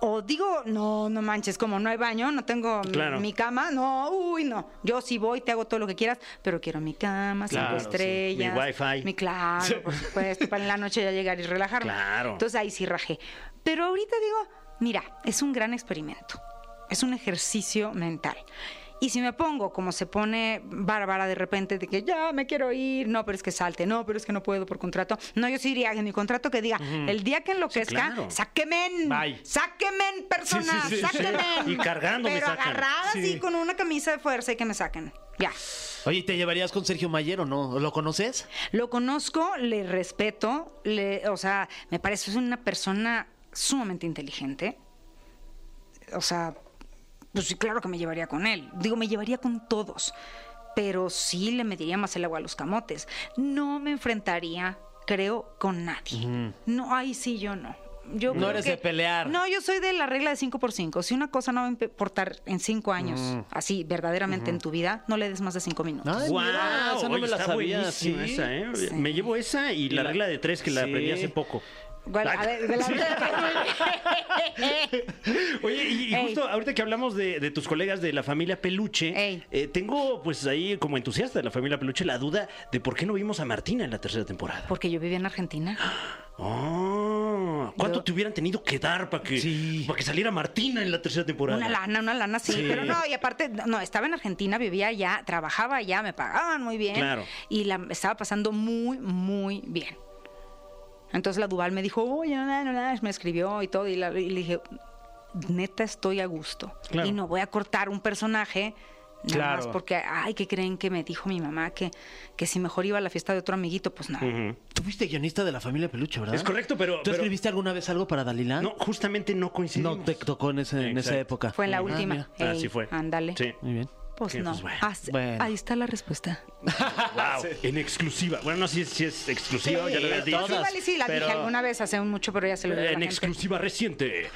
Speaker 8: O digo, no, no manches, como no hay baño, no tengo mi-
Speaker 3: Claro.
Speaker 8: mi cama, no, uy, no. Yo sí voy, te hago todo lo que quieras, pero quiero mi cama,
Speaker 4: Claro,
Speaker 8: cinco
Speaker 4: sí.
Speaker 8: estrellas.
Speaker 3: Mi wifi.
Speaker 8: Mi claro, por supuesto, para en la noche ya llegar y relajarme.
Speaker 3: Claro.
Speaker 8: Entonces ahí sí rajé. Pero ahorita digo, mira, es un gran experimento. Es un ejercicio mental. Y si me pongo como se pone Bárbara de repente, de que ya me quiero ir, no, pero es que salte, no, pero es que no puedo por contrato. No, yo sí diría en mi contrato que diga, el día que enloquezca,
Speaker 3: claro.
Speaker 8: sáquemen,
Speaker 4: Bye.
Speaker 8: sáquemen personas,
Speaker 3: Sí, sí, sí, sí.
Speaker 8: sáquemen.
Speaker 3: Y cargando me
Speaker 8: Pero
Speaker 3: sacan.
Speaker 8: agarradas
Speaker 3: Sí.
Speaker 8: y con una camisa de fuerza y que me saquen. Ya.
Speaker 4: Oye, ¿y ¿te llevarías con Sergio Mayer o no? ¿Lo conoces?
Speaker 8: Lo conozco, le respeto, le, o sea, me parece una persona sumamente inteligente. O sea, pues sí, claro que me llevaría con él. Digo, me llevaría con todos. Pero sí le mediría más el agua a los camotes. No me enfrentaría, creo, con nadie. No, ahí sí, yo no. Yo
Speaker 4: No
Speaker 8: creo
Speaker 4: eres
Speaker 8: que-
Speaker 4: de pelear.
Speaker 8: No, yo soy de la regla de 5 por 5 Si una cosa no va a importar en 5 años, así, verdaderamente en tu vida, no le des más de 5 minutos.
Speaker 4: Ay,
Speaker 3: ¡Guau!
Speaker 4: mira, esa no
Speaker 3: Oye,
Speaker 4: me la
Speaker 3: está
Speaker 4: sabía,
Speaker 3: buenísima
Speaker 4: sí.
Speaker 3: esa, ¿eh? Me llevo esa y la
Speaker 4: la-
Speaker 3: regla de tres que la
Speaker 4: Sí.
Speaker 3: aprendí hace poco.
Speaker 8: Bueno, a ver, de la-
Speaker 3: Oye, y, y
Speaker 8: Ey.
Speaker 3: justo ahorita que hablamos de, de tus colegas de la familia Peluche,
Speaker 8: Ey.
Speaker 3: eh, tengo pues ahí como entusiasta de la familia Peluche la duda de por qué no vimos a Martina en la tercera temporada.
Speaker 8: Porque yo vivía en Argentina.
Speaker 3: Ah, ¿Cuánto
Speaker 8: Yo-
Speaker 3: te hubieran tenido que dar para que,
Speaker 4: Sí.
Speaker 3: para que saliera Martina en la tercera temporada?
Speaker 8: Una lana, una lana, sí,
Speaker 4: Sí.
Speaker 8: Pero no, y aparte, no, estaba en Argentina, vivía allá, trabajaba allá, me pagaban muy bien.
Speaker 3: Claro.
Speaker 8: Y la estaba pasando muy, muy bien. Entonces la Duval me dijo, oye, no, no, no, no, me escribió y todo, y, la- y le dije, neta, estoy a gusto.
Speaker 3: Claro.
Speaker 8: Y no voy a cortar un personaje Nada
Speaker 4: Claro.
Speaker 8: más porque, ay, que creen que me dijo mi mamá que, que si mejor iba a la fiesta de otro amiguito, pues nada.
Speaker 4: Tú fuiste guionista de la familia Peluche, ¿verdad?
Speaker 3: Es correcto, pero-
Speaker 4: ¿Tú
Speaker 3: pero-
Speaker 4: escribiste alguna vez algo para Dalila?
Speaker 3: No, justamente no coincidimos.
Speaker 4: No te tocó en, ese- en esa
Speaker 3: Exacto.
Speaker 4: época.
Speaker 8: Fue en la
Speaker 4: Ah,
Speaker 8: última.
Speaker 4: mira.
Speaker 8: Ey,
Speaker 3: Así fue.
Speaker 8: Ándale.
Speaker 3: Sí.
Speaker 4: Muy bien.
Speaker 8: Pues
Speaker 3: Que,
Speaker 8: no.
Speaker 3: pues, bueno.
Speaker 8: Ah, sí.
Speaker 4: Bueno.
Speaker 8: Ahí está la respuesta.
Speaker 3: Wow, en exclusiva. Bueno, no sé si es exclusiva, ya lo habías dicho.
Speaker 8: sí, vale, sí, la
Speaker 3: pero-
Speaker 8: dije alguna vez hace mucho, pero ya se lo dije. a la
Speaker 3: En
Speaker 8: gente.
Speaker 3: exclusiva reciente. Eh,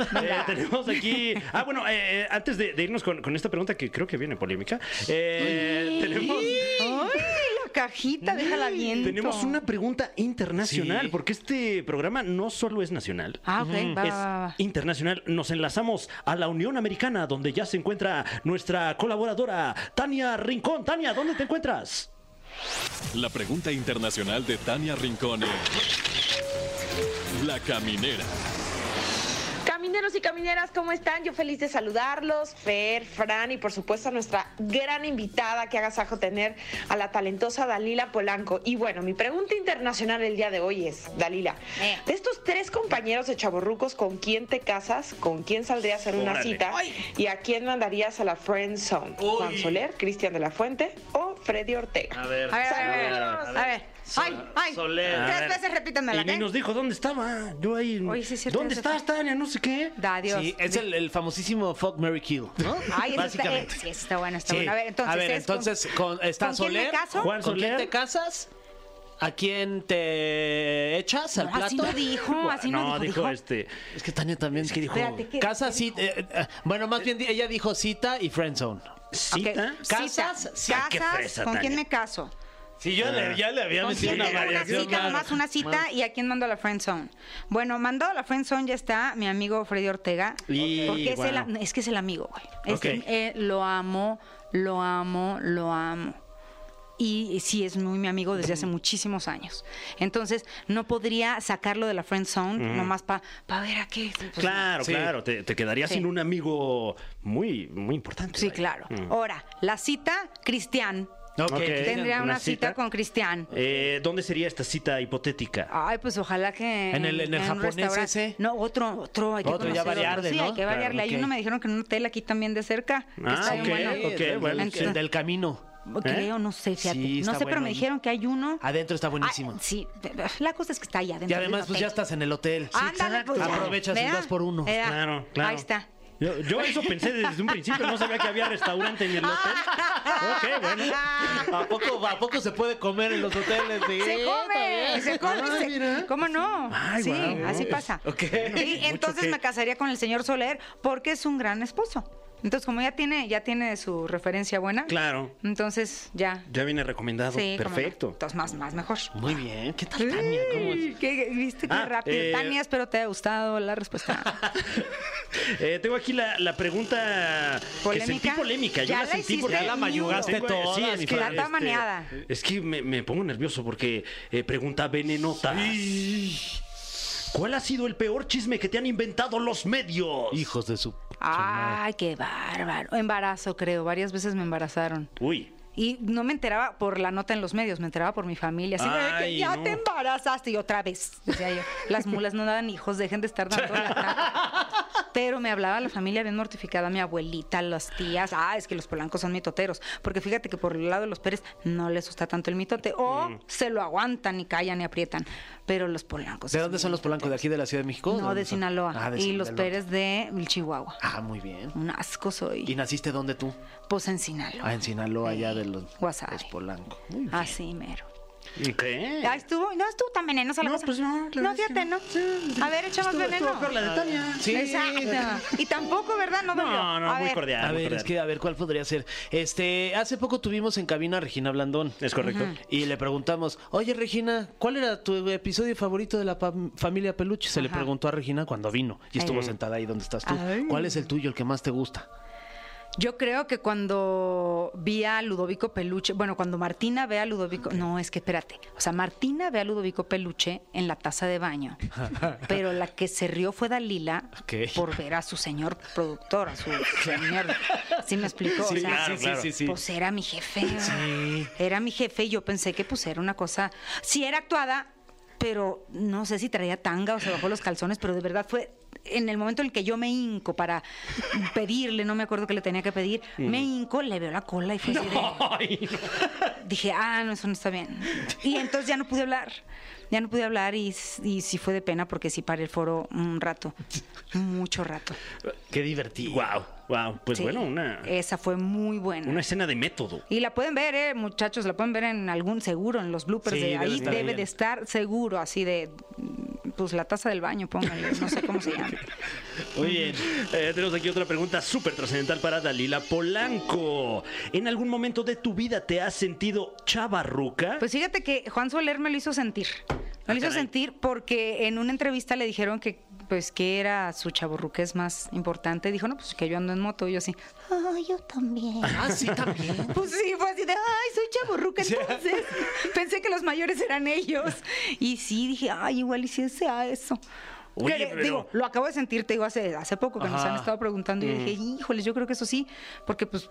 Speaker 3: tenemos aquí. Ah, bueno, eh, eh, antes de, de irnos con, con esta pregunta que creo que viene polémica, eh, tenemos,
Speaker 8: Ay, la cajita, déjala bien.
Speaker 3: tenemos una pregunta internacional,
Speaker 4: Sí.
Speaker 3: porque este programa no solo es nacional.
Speaker 8: Ah, ok, va,
Speaker 3: es
Speaker 8: va, va.
Speaker 3: internacional. Nos enlazamos a la Unión Americana, donde ya se encuentra nuestra colaboradora, Tania Rincón. Tania, ¿dónde te encuentras?
Speaker 1: La pregunta internacional de Tania Rincón. en La caminera.
Speaker 9: Camineros y camineras, ¿cómo están? Yo feliz de saludarlos, Fer, Fran y por supuesto a nuestra gran invitada que agasajo tener a la talentosa Dalila Polanco. Y bueno, mi pregunta internacional el día de hoy es, Dalila,
Speaker 8: Eh.
Speaker 9: de estos tres compañeros de chaborrucos, ¿con quién te casas? ¿Con quién saldrías en una
Speaker 3: Órale.
Speaker 9: cita? ¿Y a quién mandarías a la friend zone? ¿Juan Soler, Cristian de la Fuente o Freddy Ortega?
Speaker 3: ver.
Speaker 8: A ver, a ver, a ver. A ver. Ay, ay.
Speaker 3: Soler.
Speaker 8: Tres veces repítanmela,
Speaker 3: Y ni
Speaker 8: ¿eh?
Speaker 3: nos dijo dónde estaba. Yo ahí.
Speaker 8: Oye, sí es cierto,
Speaker 3: ¿Dónde
Speaker 8: ya se fue.
Speaker 3: estás, Tania? No sé qué.
Speaker 8: Da, adiós.
Speaker 4: Sí, es el, el famosísimo Fuck Mary Kill, ¿no?
Speaker 8: Ay, eso está, eh,
Speaker 4: Básicamente.
Speaker 8: sí, está bueno, está
Speaker 4: Sí.
Speaker 8: bueno. A ver, entonces. es
Speaker 4: entonces, con- está
Speaker 8: ¿con quién me
Speaker 4: Soler.
Speaker 8: caso?
Speaker 3: Juan
Speaker 4: ¿Con quién
Speaker 3: Soler.
Speaker 4: te casas? ¿A quién te echas al
Speaker 8: No,
Speaker 4: plato?
Speaker 8: así no Ah, dijo, así no,
Speaker 3: no, dijo,
Speaker 8: dijo.
Speaker 3: este.
Speaker 4: Es que Tania también que dijo.
Speaker 8: Espérate, ¿qué-
Speaker 4: casa,
Speaker 8: qué dijo?
Speaker 4: cita. eh, eh, bueno, más bien di- ella dijo cita y friendzone.
Speaker 3: ¿Cita?
Speaker 8: Ok,
Speaker 4: ¿Casas?
Speaker 8: cita.
Speaker 4: Sí, ay,
Speaker 3: qué
Speaker 8: Casas,
Speaker 3: fresa,
Speaker 8: ¿Con quién
Speaker 3: Tania.
Speaker 8: me caso?
Speaker 4: Sí, yo ya le había
Speaker 8: ¿Con quién? Una, cita, nomás una cita y a quién mando a la friend zone. Bueno, mandado a la friend zone ya está mi amigo Freddy Ortega.
Speaker 3: Y,
Speaker 8: porque es, el,
Speaker 3: bueno.
Speaker 8: am- es que es el amigo, güey. Es-
Speaker 3: Ok.
Speaker 8: eh, lo amo, lo amo, lo amo. Y sí, es muy mi amigo desde hace muchísimos años. Entonces, no podría sacarlo de la friend zone nomás para ver a qué. Pues, no.
Speaker 3: Mm. Claro,
Speaker 4: Sí.
Speaker 3: claro. Te, te quedarías
Speaker 8: Sí.
Speaker 3: sin un amigo muy, muy importante.
Speaker 8: Sí,
Speaker 3: vaya.
Speaker 8: claro.
Speaker 3: Mm.
Speaker 8: Ahora, la cita, Cristian.
Speaker 3: Ok.
Speaker 8: Tendría una,
Speaker 3: ¿Una
Speaker 8: cita?
Speaker 3: cita?
Speaker 8: con Cristian.
Speaker 3: Eh, ¿Dónde sería esta cita hipotética?
Speaker 8: Ay, pues ojalá que.
Speaker 4: ¿En el- en el
Speaker 8: un
Speaker 4: japonés
Speaker 8: restaurante.
Speaker 4: ese?
Speaker 8: No, otro, otro. Hay que
Speaker 4: Otro, ya
Speaker 8: conocer
Speaker 4: variarle,
Speaker 8: Sí,
Speaker 4: ¿no?
Speaker 8: hay que
Speaker 4: Claro,
Speaker 8: variarle. Hay
Speaker 4: ok.
Speaker 8: uno me dijeron que en un hotel aquí también de cerca. que
Speaker 3: Ah,
Speaker 8: está bien
Speaker 3: ok,
Speaker 8: bueno.
Speaker 3: ok, bueno,
Speaker 4: el,
Speaker 8: sí.
Speaker 4: del camino.
Speaker 8: Creo, no sé, fíjate.
Speaker 4: pues, ¿eh? Sí, está
Speaker 8: no sé, pero
Speaker 4: bueno
Speaker 8: me
Speaker 4: ahí.
Speaker 8: dijeron que hay uno.
Speaker 4: Adentro está buenísimo.
Speaker 8: Ah, sí, la cosa es que está ahí adentro.
Speaker 4: y además,
Speaker 8: del
Speaker 4: pues ya
Speaker 8: hotel.
Speaker 4: estás en el hotel.
Speaker 8: Ándale, pues, ya.
Speaker 4: Aprovechas y
Speaker 8: Vea,
Speaker 4: das por uno.
Speaker 8: vea.
Speaker 3: Claro, claro.
Speaker 8: Ahí está.
Speaker 3: Yo, yo eso pensé desde un principio, no sabía que había restaurante en el hotel. Ok, bueno.
Speaker 4: ¿A poco, ¿A poco se puede comer en los hoteles? Sí,
Speaker 8: Se come,
Speaker 4: también.
Speaker 8: se come.
Speaker 4: Ah,
Speaker 8: se-
Speaker 4: mira.
Speaker 8: ¿Cómo no?
Speaker 3: Ay,
Speaker 8: sí,
Speaker 3: guau, no,
Speaker 8: así
Speaker 3: es-
Speaker 8: pasa.
Speaker 4: ok.
Speaker 8: Sí,
Speaker 3: Mucho
Speaker 8: entonces
Speaker 3: que-
Speaker 8: me casaría con el señor Soler porque es un gran esposo. Entonces, como ya tiene, ya tiene su referencia buena.
Speaker 3: Claro.
Speaker 8: Entonces, ya.
Speaker 3: Ya viene recomendado.
Speaker 8: Sí, cómo no.
Speaker 3: Perfecto.
Speaker 8: Entonces, más, más mejor.
Speaker 4: Muy bien. ¿Qué tal, Tania? ¿Cómo es?
Speaker 8: Uy, qué- ¿Viste qué
Speaker 3: Ah,
Speaker 8: rápido?
Speaker 3: eh,
Speaker 8: Tania, espero te haya gustado la respuesta.
Speaker 3: Eh, tengo aquí la, la pregunta
Speaker 8: ¿Polémica?
Speaker 3: que sentí polémica. Yo
Speaker 8: Ya
Speaker 3: la
Speaker 8: la
Speaker 3: sentí
Speaker 8: hiciste
Speaker 3: porque
Speaker 8: Ya la
Speaker 4: mayugaste
Speaker 3: Tengo-
Speaker 4: toda,
Speaker 3: Sí, es
Speaker 4: mi
Speaker 3: que,
Speaker 8: Fran. La está maneada.
Speaker 3: este, Es que me, me pongo nervioso porque eh, pregunta venenota. ¿Cuál ha sido el peor chisme que te han inventado los medios?
Speaker 4: Hijos de su.
Speaker 8: Pues Ay, qué bárbaro. Embarazo, creo. Varias veces me embarazaron.
Speaker 3: Uy.
Speaker 8: Y no me enteraba por la nota en los medios, me enteraba por mi familia. Siempre de que
Speaker 3: Ay,
Speaker 8: ya
Speaker 3: no.
Speaker 8: te embarazaste y otra vez. decía yo, las mulas no dan hijos, dejen de estar dando lata". Pero me hablaba la familia bien mortificada, mi abuelita, las tías. Ah, es que los polancos son mitoteros. Porque fíjate que por el lado de los Pérez no les gusta tanto el mitote. O
Speaker 3: Mm.
Speaker 8: se lo aguantan y callan y aprietan. Pero los polancos.
Speaker 4: ¿De dónde son los polancos? ¿De aquí de la Ciudad de México?
Speaker 8: No,
Speaker 4: dónde
Speaker 8: de
Speaker 4: son?
Speaker 8: Sinaloa.
Speaker 4: Ah, de
Speaker 8: y los
Speaker 4: Sinaloa.
Speaker 8: Pérez de Chihuahua.
Speaker 4: Ah, muy bien.
Speaker 8: Un asco
Speaker 4: ¿Y
Speaker 8: soy.
Speaker 4: naciste dónde tú?
Speaker 8: Pues en Sinaloa.
Speaker 4: Ah, en Sinaloa, allá de los,
Speaker 8: Guasave. Ah,
Speaker 4: los polancos. Muy bien.
Speaker 8: Así mero.
Speaker 3: ¿Qué?
Speaker 8: Ahí Ah, estuvo, no estuvo tan venenosa la
Speaker 3: No,
Speaker 8: cosa.
Speaker 3: pues no, la
Speaker 8: No,
Speaker 3: verdad es
Speaker 8: fíjate,
Speaker 3: que
Speaker 8: ¿no?
Speaker 3: no. Sí,
Speaker 8: A ver, echamos
Speaker 3: Estuvo-
Speaker 8: veneno.
Speaker 3: estuvo peor la de Tania.
Speaker 4: Sí.
Speaker 8: Exacto. Y tampoco, ¿verdad? No, dolió.
Speaker 3: No, no,
Speaker 8: A
Speaker 3: muy
Speaker 8: ver.
Speaker 3: cordial.
Speaker 4: A
Speaker 3: muy
Speaker 4: ver,
Speaker 3: cordial.
Speaker 4: es que a ver cuál podría ser. Este, hace poco tuvimos en cabina a Regina Blandón.
Speaker 3: Es correcto.
Speaker 4: Y le preguntamos, oye Regina, ¿cuál era tu episodio favorito de la pam- familia Peluche? Se le
Speaker 8: Ajá.
Speaker 4: preguntó a Regina cuando vino y estuvo
Speaker 8: Ay.
Speaker 4: sentada ahí donde estás tú.
Speaker 8: Ay.
Speaker 4: ¿Cuál es el tuyo, el que más te gusta?
Speaker 8: Yo creo que cuando vi a Ludovico Peluche, bueno, cuando Martina ve a Ludovico, no, es que espérate, o sea, Martina ve a Ludovico Peluche en la taza de baño, pero la que se rió fue Dalila
Speaker 4: Ok.
Speaker 8: por ver a su señor productor, a su señor, ¿sí me explicó?
Speaker 4: Sí,
Speaker 8: o sea,
Speaker 4: claro, sí, claro. sí, sí.
Speaker 8: pues era mi jefe, era mi jefe y yo pensé que pues era una cosa, sí era actuada, pero no sé si traía tanga o se bajó los calzones, pero de verdad fue en el momento en el que yo me hinco para pedirle, no me acuerdo que le tenía que pedir, me hinco, le veo la cola y fue así de- Pues Dije, ah, no, eso no está bien. Y entonces ya no pude hablar. Ya no pude hablar y, y sí fue de pena porque sí paré el foro un rato, mucho rato.
Speaker 4: Qué divertido.
Speaker 3: Wow, wow. Pues
Speaker 8: Sí. Eh,
Speaker 3: bueno, una,
Speaker 8: Esa fue muy buena.
Speaker 3: una escena de método.
Speaker 8: Y la pueden ver, eh, muchachos, la pueden ver en algún seguro, en los bloopers.
Speaker 4: Sí,
Speaker 8: de
Speaker 4: debe
Speaker 8: ahí
Speaker 4: estar
Speaker 8: debe
Speaker 4: bien.
Speaker 8: de estar seguro, así de, mm, pues la taza del baño, pónganle, no sé cómo se llama.
Speaker 3: Muy bien. Eh, tenemos aquí otra pregunta súper trascendental para Dalila Polanco. ¿En algún momento de tu vida te has sentido chavarruca?
Speaker 8: Pues fíjate que Juan Soler me lo hizo sentir. Me lo hizo
Speaker 3: caray.
Speaker 8: sentir porque en una entrevista le dijeron que pues que era su chaburruqués más importante. Dijo, no, pues que yo ando en moto. Y yo así, ay, yo también.
Speaker 4: Ah, sí, también.
Speaker 8: Pues sí, fue así de, ay, soy chaburruca, entonces. Pensé que los mayores eran ellos. Y sí, dije, ay, igual y si sea eso.
Speaker 3: Oye,
Speaker 8: Pero,
Speaker 3: pero-
Speaker 8: Digo, lo acabo de sentir, te digo, hace, hace poco que nos
Speaker 4: Ajá. Mm.
Speaker 8: han estado preguntando. Y dije, híjoles, yo creo que eso sí, porque pues,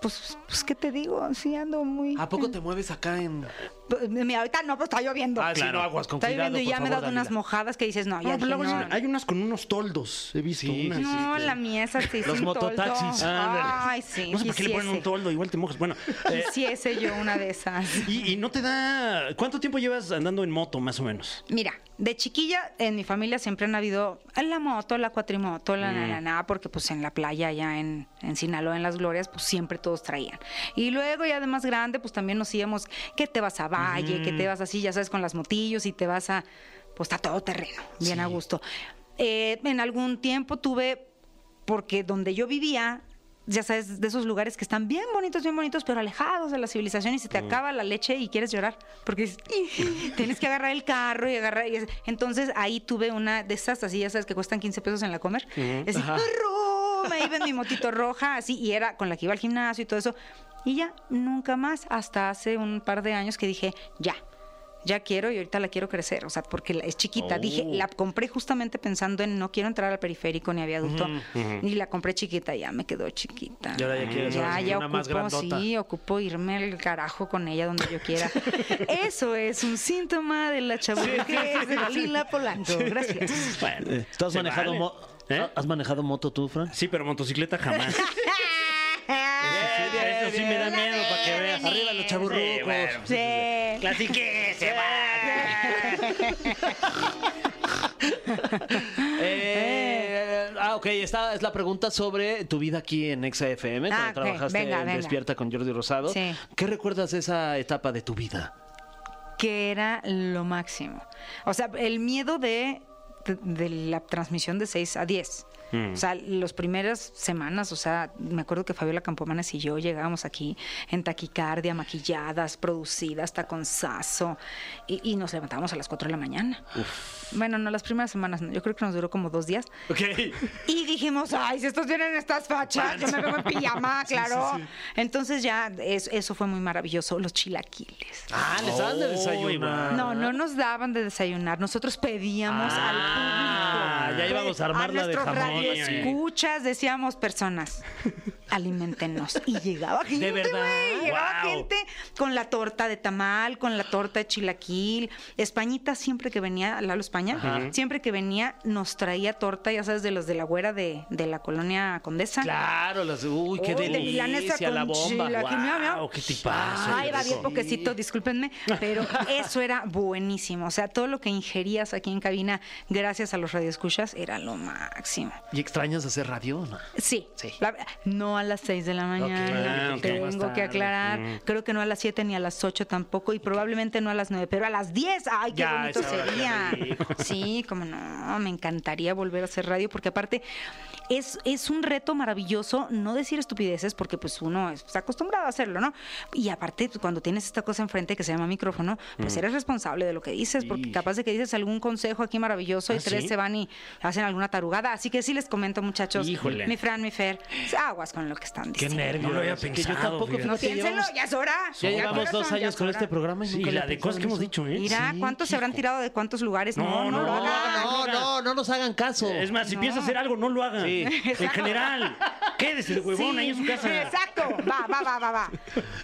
Speaker 8: pues, pues, ¿qué te digo? Sí, ando muy.
Speaker 4: ¿A poco te mueves acá en...?
Speaker 8: Pues, Mira, ahorita no, pero está lloviendo.
Speaker 4: Ah, sí, no, aguas, con
Speaker 8: Está
Speaker 4: cuidado,
Speaker 8: lloviendo y
Speaker 4: por
Speaker 8: ya me he
Speaker 4: favor,
Speaker 8: dado unas
Speaker 4: Dalila.
Speaker 8: mojadas que dices, no, ya
Speaker 3: No, pero
Speaker 8: dije,
Speaker 3: Ah, luego hay
Speaker 8: no.
Speaker 3: una- hay unas con unos toldos. He visto
Speaker 4: Sí,
Speaker 3: unas.
Speaker 8: No,
Speaker 3: este-
Speaker 8: la mía es así,
Speaker 4: Los
Speaker 8: sin
Speaker 4: mototaxis.
Speaker 8: toldo.
Speaker 3: Ándale.
Speaker 8: Ay, sí.
Speaker 3: No sé por qué le ponen un
Speaker 8: quisiese.
Speaker 3: toldo, igual te mojas. Bueno, eh,
Speaker 8: Quisiese yo una de esas.
Speaker 3: y, y no te da. ¿Cuánto tiempo llevas andando en moto, más o menos?
Speaker 8: Mira, de chiquilla en mi familia siempre han habido la moto, la cuatrimoto, la na, na, na, porque pues en la playa allá en, en Sinaloa, en Las Glorias, pues siempre todos traían. Y luego ya de más grande, pues también nos íbamos que te vas a Valle, que te vas así, ya sabes, con las motillos y te vas a, pues está todo terreno, bien a gusto. Eh, en algún tiempo tuve, porque donde yo vivía... Ya sabes, de esos lugares que están bien bonitos, bien bonitos, pero alejados de la civilización y se te acaba la leche y quieres llorar. Porque dices, "Ih", tienes que agarrar el carro y agarrar. y es- entonces ahí tuve una de esas, así ya sabes que cuestan 15 pesos en la comer. Es así, "Turrum", me iba en mi motito roja, así, y era con la que iba al gimnasio y todo eso. Y ya, nunca más, hasta hace un par de años que dije, ya. Ya quiero y ahorita la quiero crecer, o sea, porque la- es chiquita. Dije,
Speaker 4: Oh.
Speaker 8: la compré justamente pensando en no quiero entrar al periférico ni a viaducto, y la compré chiquita, ya me quedó chiquita.
Speaker 4: Y ahora ya quieres, ahora
Speaker 8: ya,
Speaker 4: sí,
Speaker 8: ya
Speaker 4: una más
Speaker 8: ocupo,
Speaker 4: grandota.
Speaker 8: sí, ocupo irme al carajo con ella donde yo quiera. Eso es un síntoma de la chaburruqués de Dalila Polanco. Gracias.
Speaker 3: Bueno,
Speaker 4: ¿Tú has
Speaker 3: Eh, se
Speaker 4: manejado,
Speaker 3: vale.
Speaker 4: mo-
Speaker 3: ¿Eh?
Speaker 4: ¿Has manejado moto tú, Fran?
Speaker 3: Sí, pero motocicleta jamás. Eso sí me da miedo para que veas.
Speaker 4: Arriba los chaburrucos.
Speaker 3: Sí, bueno,
Speaker 8: Sí.
Speaker 3: Clasique, se
Speaker 4: Eh, ah, ok, esta es la pregunta sobre tu vida aquí en Exa FM, cuando
Speaker 8: Ah, ok,
Speaker 4: trabajaste
Speaker 8: venga,
Speaker 4: en
Speaker 8: venga.
Speaker 4: Despierta con Jordi Rosado.
Speaker 8: Sí.
Speaker 4: ¿Qué recuerdas de esa etapa de tu vida?
Speaker 8: que era lo máximo. O sea, el miedo de, de- de la transmisión de 6 a 10. O sea, las primeras semanas, o sea, me acuerdo que Fabiola Campomanes y yo llegábamos aquí en taquicardia, maquilladas, producidas, taconzazo, y, y nos levantábamos a las 4 de la mañana. Bueno, no, las primeras semanas, no, yo creo que nos duró como dos días. Y dijimos, ay, si estos vienen en estas fachas, yo me veo en pijama, claro. Entonces ya, es- eso fue muy maravilloso, los chilaquiles.
Speaker 4: Ah, les daban de desayunar.
Speaker 8: No, no nos daban de desayunar. Nosotros pedíamos
Speaker 4: Ah,
Speaker 8: al público.
Speaker 4: ya íbamos a armarla de
Speaker 8: nuestros
Speaker 4: jamón.
Speaker 8: radioescuchas, decíamos personas, alimentenos. Y llegaba gente.
Speaker 4: ¿De verdad?
Speaker 8: güey, Llegaba
Speaker 4: Wow.
Speaker 8: gente con la torta de tamal, con la torta de chilaquil. Españita, siempre que venía, Lalo España, siempre que venía, nos traía torta, ya sabes, de los de la güera de, de la colonia Condesa.
Speaker 4: Claro, las, uy, qué
Speaker 8: Uy, de milanesa
Speaker 4: delicia,
Speaker 8: con
Speaker 4: la bomba.
Speaker 8: chilaquil, mira,
Speaker 4: Ah,
Speaker 8: mira.
Speaker 3: Wow, qué tipazo.
Speaker 8: Ay, va bien
Speaker 4: Sí.
Speaker 8: poquecito, discúlpenme, pero eso era buenísimo. O sea, todo lo que ingerías aquí en cabina, gracias a los radioescuchas, era lo máximo.
Speaker 4: ¿Y extrañas hacer radio? No?
Speaker 8: Sí,
Speaker 4: Sí.
Speaker 8: la- no a las 6 de la
Speaker 3: Ah, ok.
Speaker 8: mañana,
Speaker 3: Más Mm.
Speaker 8: tengo
Speaker 4: tarde.
Speaker 8: que aclarar. Creo que no a las 7 ni a las 8 tampoco, y probablemente no a las 9, pero a las 10, ¡ay, qué
Speaker 4: Ya,
Speaker 8: bonito
Speaker 4: esa hora, qué
Speaker 8: sería! Sí, como no, me encantaría volver a hacer radio, porque aparte es, es un reto maravilloso no decir estupideces, porque pues uno está acostumbrado a hacerlo, ¿no? Y aparte, pues, cuando tienes esta cosa enfrente que se llama micrófono, pues
Speaker 3: Mm.
Speaker 8: eres responsable de lo que dices, porque capaz de que dices algún consejo aquí maravilloso y
Speaker 3: ¿Ah,
Speaker 8: tres
Speaker 3: sí?
Speaker 8: se van y hacen alguna tarugada. Así que sí les comento, muchachos.
Speaker 3: Híjole.
Speaker 8: Mi Fran, mi Fer, aguas con lo que están
Speaker 4: Qué
Speaker 8: diciendo.
Speaker 4: nervios.
Speaker 3: No lo había
Speaker 4: Que yo
Speaker 3: pensado,
Speaker 4: tampoco,
Speaker 3: fíjate.
Speaker 8: No
Speaker 4: fíjate,
Speaker 8: piénsenlo,
Speaker 4: llevamos-
Speaker 8: ya es hora.
Speaker 4: Ya
Speaker 8: Ya
Speaker 4: llevamos
Speaker 8: corazón,
Speaker 4: dos
Speaker 8: ya
Speaker 4: años
Speaker 8: es
Speaker 4: con
Speaker 8: hora.
Speaker 4: este programa.
Speaker 3: Sí,
Speaker 4: nunca
Speaker 3: y la
Speaker 4: había
Speaker 3: de cosas que hemos
Speaker 4: pensado en
Speaker 3: dicho, ¿eh?
Speaker 8: Mira,
Speaker 4: Sí,
Speaker 8: ¿cuántos se habrán tirado de cuántos lugares? No,
Speaker 3: No,
Speaker 8: no,
Speaker 3: no,
Speaker 8: lo
Speaker 4: No,
Speaker 8: hagan.
Speaker 4: no, no, no nos hagan caso.
Speaker 3: Es más, si
Speaker 8: No.
Speaker 3: piensas hacer algo, no lo hagan.
Speaker 4: Sí.
Speaker 3: En general, quédese de huevón
Speaker 8: Sí,
Speaker 3: ahí en su casa.
Speaker 8: Exacto. Va, va, va, va, va.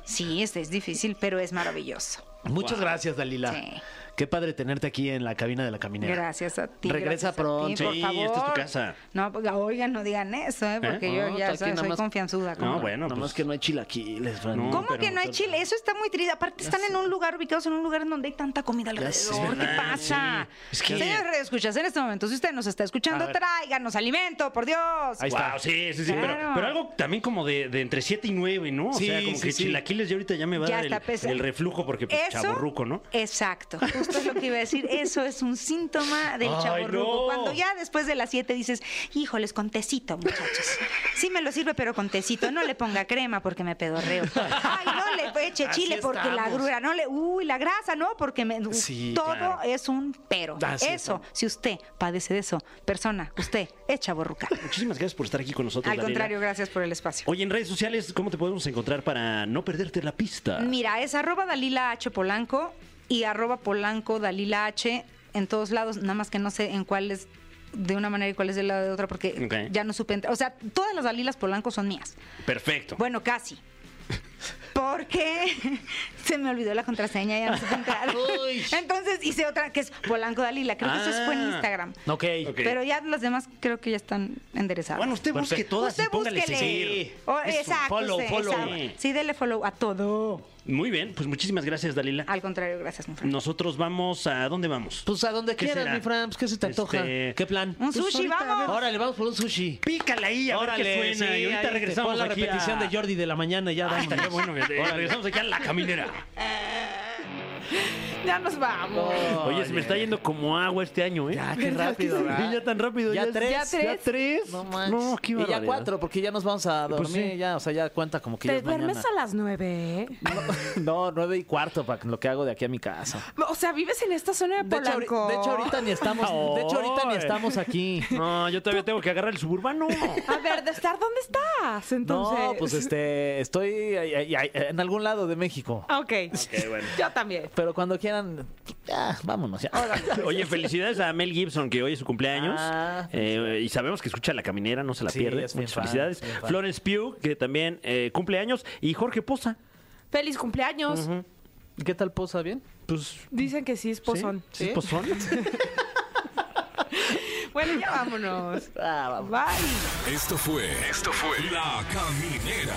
Speaker 8: Sí, este es difícil, pero es maravilloso.
Speaker 4: Muchas gracias, Dalila.
Speaker 8: Sí.
Speaker 4: Qué padre tenerte aquí en la cabina de la caminera.
Speaker 8: Gracias a ti.
Speaker 4: Regresa
Speaker 8: gracias a ti,
Speaker 4: pronto.
Speaker 8: por
Speaker 3: Sí,
Speaker 8: favor.
Speaker 3: esta es tu casa.
Speaker 8: No, oiga, oigan, no digan eso, ¿eh? porque
Speaker 4: ¿Eh?
Speaker 8: yo
Speaker 4: No,
Speaker 8: ya
Speaker 4: aquí
Speaker 8: sabes,
Speaker 4: nada
Speaker 8: soy
Speaker 4: más-
Speaker 8: confianzuda. ¿cómo?
Speaker 3: No, bueno,
Speaker 4: Nomás
Speaker 3: pues-
Speaker 4: que no hay chilaquiles, Fran.
Speaker 3: No,
Speaker 8: ¿Cómo
Speaker 3: pero-
Speaker 8: que no hay chile? Eso está muy triste. Aparte, están en un lugar ubicados en un lugar en donde hay tanta comida
Speaker 4: Ya sé,
Speaker 8: alrededor. ¿Qué
Speaker 4: ¿verdad?
Speaker 8: pasa?
Speaker 4: Sí. Es que-
Speaker 8: Señores, escuchas en este momento. Si usted nos está escuchando,
Speaker 4: A ver.
Speaker 8: tráiganos alimento, por Dios.
Speaker 4: Ahí está.
Speaker 3: Wow, sí, sí, sí.
Speaker 8: Claro.
Speaker 3: Pero, pero algo también como de, de entre 7 y 9, ¿no? O
Speaker 4: Sí,
Speaker 3: sea, como
Speaker 4: sí,
Speaker 3: que
Speaker 4: sí.
Speaker 3: chilaquiles ya ahorita ya me va
Speaker 8: Ya
Speaker 3: a
Speaker 8: está
Speaker 3: dar el,
Speaker 8: pesado.
Speaker 3: el reflujo porque pues, chaburruco, ¿no?
Speaker 8: Exacto, justo es lo que iba a decir. Eso es un síntoma del
Speaker 3: Ay,
Speaker 8: chaborruco.
Speaker 3: no.
Speaker 8: Cuando ya después de las 7 dices, híjoles, con tecito, muchachos. Sí me lo sirve, pero con tecito. No le ponga crema porque me pedorreo. Ay, no le eche
Speaker 4: Así
Speaker 8: chile porque la
Speaker 4: estamos.
Speaker 8: grura. No le, uy, la grasa, no, porque me.
Speaker 4: Sí,
Speaker 8: todo
Speaker 4: claro.
Speaker 8: es un pero.
Speaker 4: Así
Speaker 8: eso,
Speaker 4: estamos.
Speaker 8: si usted padece de eso, persona, usted es chaborruca.
Speaker 3: Muchísimas gracias por estar aquí con nosotros.
Speaker 8: Al
Speaker 3: Daniela.
Speaker 8: contrario, gracias por el espacio.
Speaker 3: Oye, en redes sociales, ¿cómo te podemos encontrar para no perderte la pista?
Speaker 8: Mira, es arroba Dalila H Polanco y arroba Polanco Dalila H en todos lados, nada más que no sé en cuál es de una manera y cuál es de la de otra, porque
Speaker 3: Ok.
Speaker 8: ya no supe. entrar. O sea, todas las Dalilas Polanco son mías.
Speaker 3: Perfecto.
Speaker 8: Bueno, casi. Porque se me olvidó la contraseña, ya no supe entrar.
Speaker 4: Uy.
Speaker 8: Entonces hice otra que es Polanco Dalila. Creo que eso fue en
Speaker 3: Ah.
Speaker 8: Instagram.
Speaker 4: Ok.
Speaker 3: Ok.
Speaker 8: Pero ya las demás creo que ya están enderezadas.
Speaker 3: Bueno, usted busque
Speaker 4: Perfecto.
Speaker 3: todas y
Speaker 8: Usted
Speaker 3: póngale
Speaker 8: búsquele.
Speaker 3: seguir.
Speaker 8: O-
Speaker 4: Eso,
Speaker 8: exacto,
Speaker 4: follow,
Speaker 8: sí,
Speaker 4: follow.
Speaker 8: exacto. Sí, dele follow a todo.
Speaker 3: Muy bien, pues muchísimas gracias, Dalila.
Speaker 8: Al contrario, gracias, mi Fran.
Speaker 3: Nosotros vamos a dónde vamos?
Speaker 4: Pues a dónde
Speaker 3: ¿Qué
Speaker 4: quieras,
Speaker 3: será?
Speaker 4: mi Fran, pues qué se te antoja.
Speaker 3: Este-
Speaker 4: ¿Qué plan?
Speaker 8: Un
Speaker 4: Pues,
Speaker 8: sushi,
Speaker 4: ahorita, a ver.
Speaker 8: vamos.
Speaker 4: Órale, vamos por un sushi.
Speaker 3: Pícale ahí, a ver qué suena.
Speaker 4: sí,
Speaker 3: y ahorita
Speaker 4: ahí te
Speaker 3: regresamos
Speaker 4: pon la
Speaker 3: aquí a-
Speaker 4: repetición de Jordi de la mañana y ya
Speaker 3: Ah, estaría
Speaker 4: vámonos.
Speaker 3: bueno. que- eh, regresamos aquí a la caminera.
Speaker 2: Ya nos vamos.
Speaker 3: Oye, se me está yendo como agua este año, ¿eh?
Speaker 4: Ya, qué rápido, ¿verdad?
Speaker 3: Ya tan rápido.
Speaker 4: Ya
Speaker 3: es-
Speaker 4: tres.
Speaker 2: Ya tres.
Speaker 3: Ya tres.
Speaker 4: No manches.
Speaker 3: No, qué
Speaker 4: y ya
Speaker 3: barbaridad.
Speaker 4: cuatro, porque ya nos vamos a dormir.
Speaker 3: Pues sí.
Speaker 4: Ya, o sea, ya cuenta como que ya
Speaker 2: ¿Te
Speaker 4: es mañana.
Speaker 2: duermes a las nueve? ¿eh?
Speaker 4: No, nueve y cuarto para lo que hago de aquí a mi casa.
Speaker 2: O sea, vives en esta zona de
Speaker 4: De hecho,
Speaker 2: Polanco.
Speaker 4: ahori- de hecho, ahorita ni estamos. De hecho, ahorita ni
Speaker 3: Ay.
Speaker 4: estamos aquí.
Speaker 3: No, yo todavía tengo que agarrar el suburbano.
Speaker 2: A ver, de estar, ¿dónde estás? Entonces.
Speaker 4: No, pues este, estoy ahí- ahí- ahí- en algún lado de México.
Speaker 2: Ok. Yo también.
Speaker 4: Pero cuando quieran, ya, vámonos ya.
Speaker 3: Oye, felicidades a Mel Gibson, que hoy es su cumpleaños.
Speaker 4: Ah,
Speaker 3: Eh, y sabemos que escucha La Caminera, no se la
Speaker 4: Sí,
Speaker 3: pierde.
Speaker 4: es mi
Speaker 3: Muchas
Speaker 4: fan,
Speaker 3: felicidades.
Speaker 4: es mi fan.
Speaker 3: Florence Pugh, que también eh, cumpleaños. Y Jorge Poza.
Speaker 2: Feliz cumpleaños.
Speaker 4: ¿Qué tal posa? ¿Bien?
Speaker 3: Pues,
Speaker 2: Dicen que sí es pozón.
Speaker 3: ¿sí? ¿Pozón?
Speaker 2: Bueno, ya vámonos.
Speaker 4: Ah, vamos.
Speaker 2: Bye.
Speaker 1: Esto fue. Esto fue. La Caminera.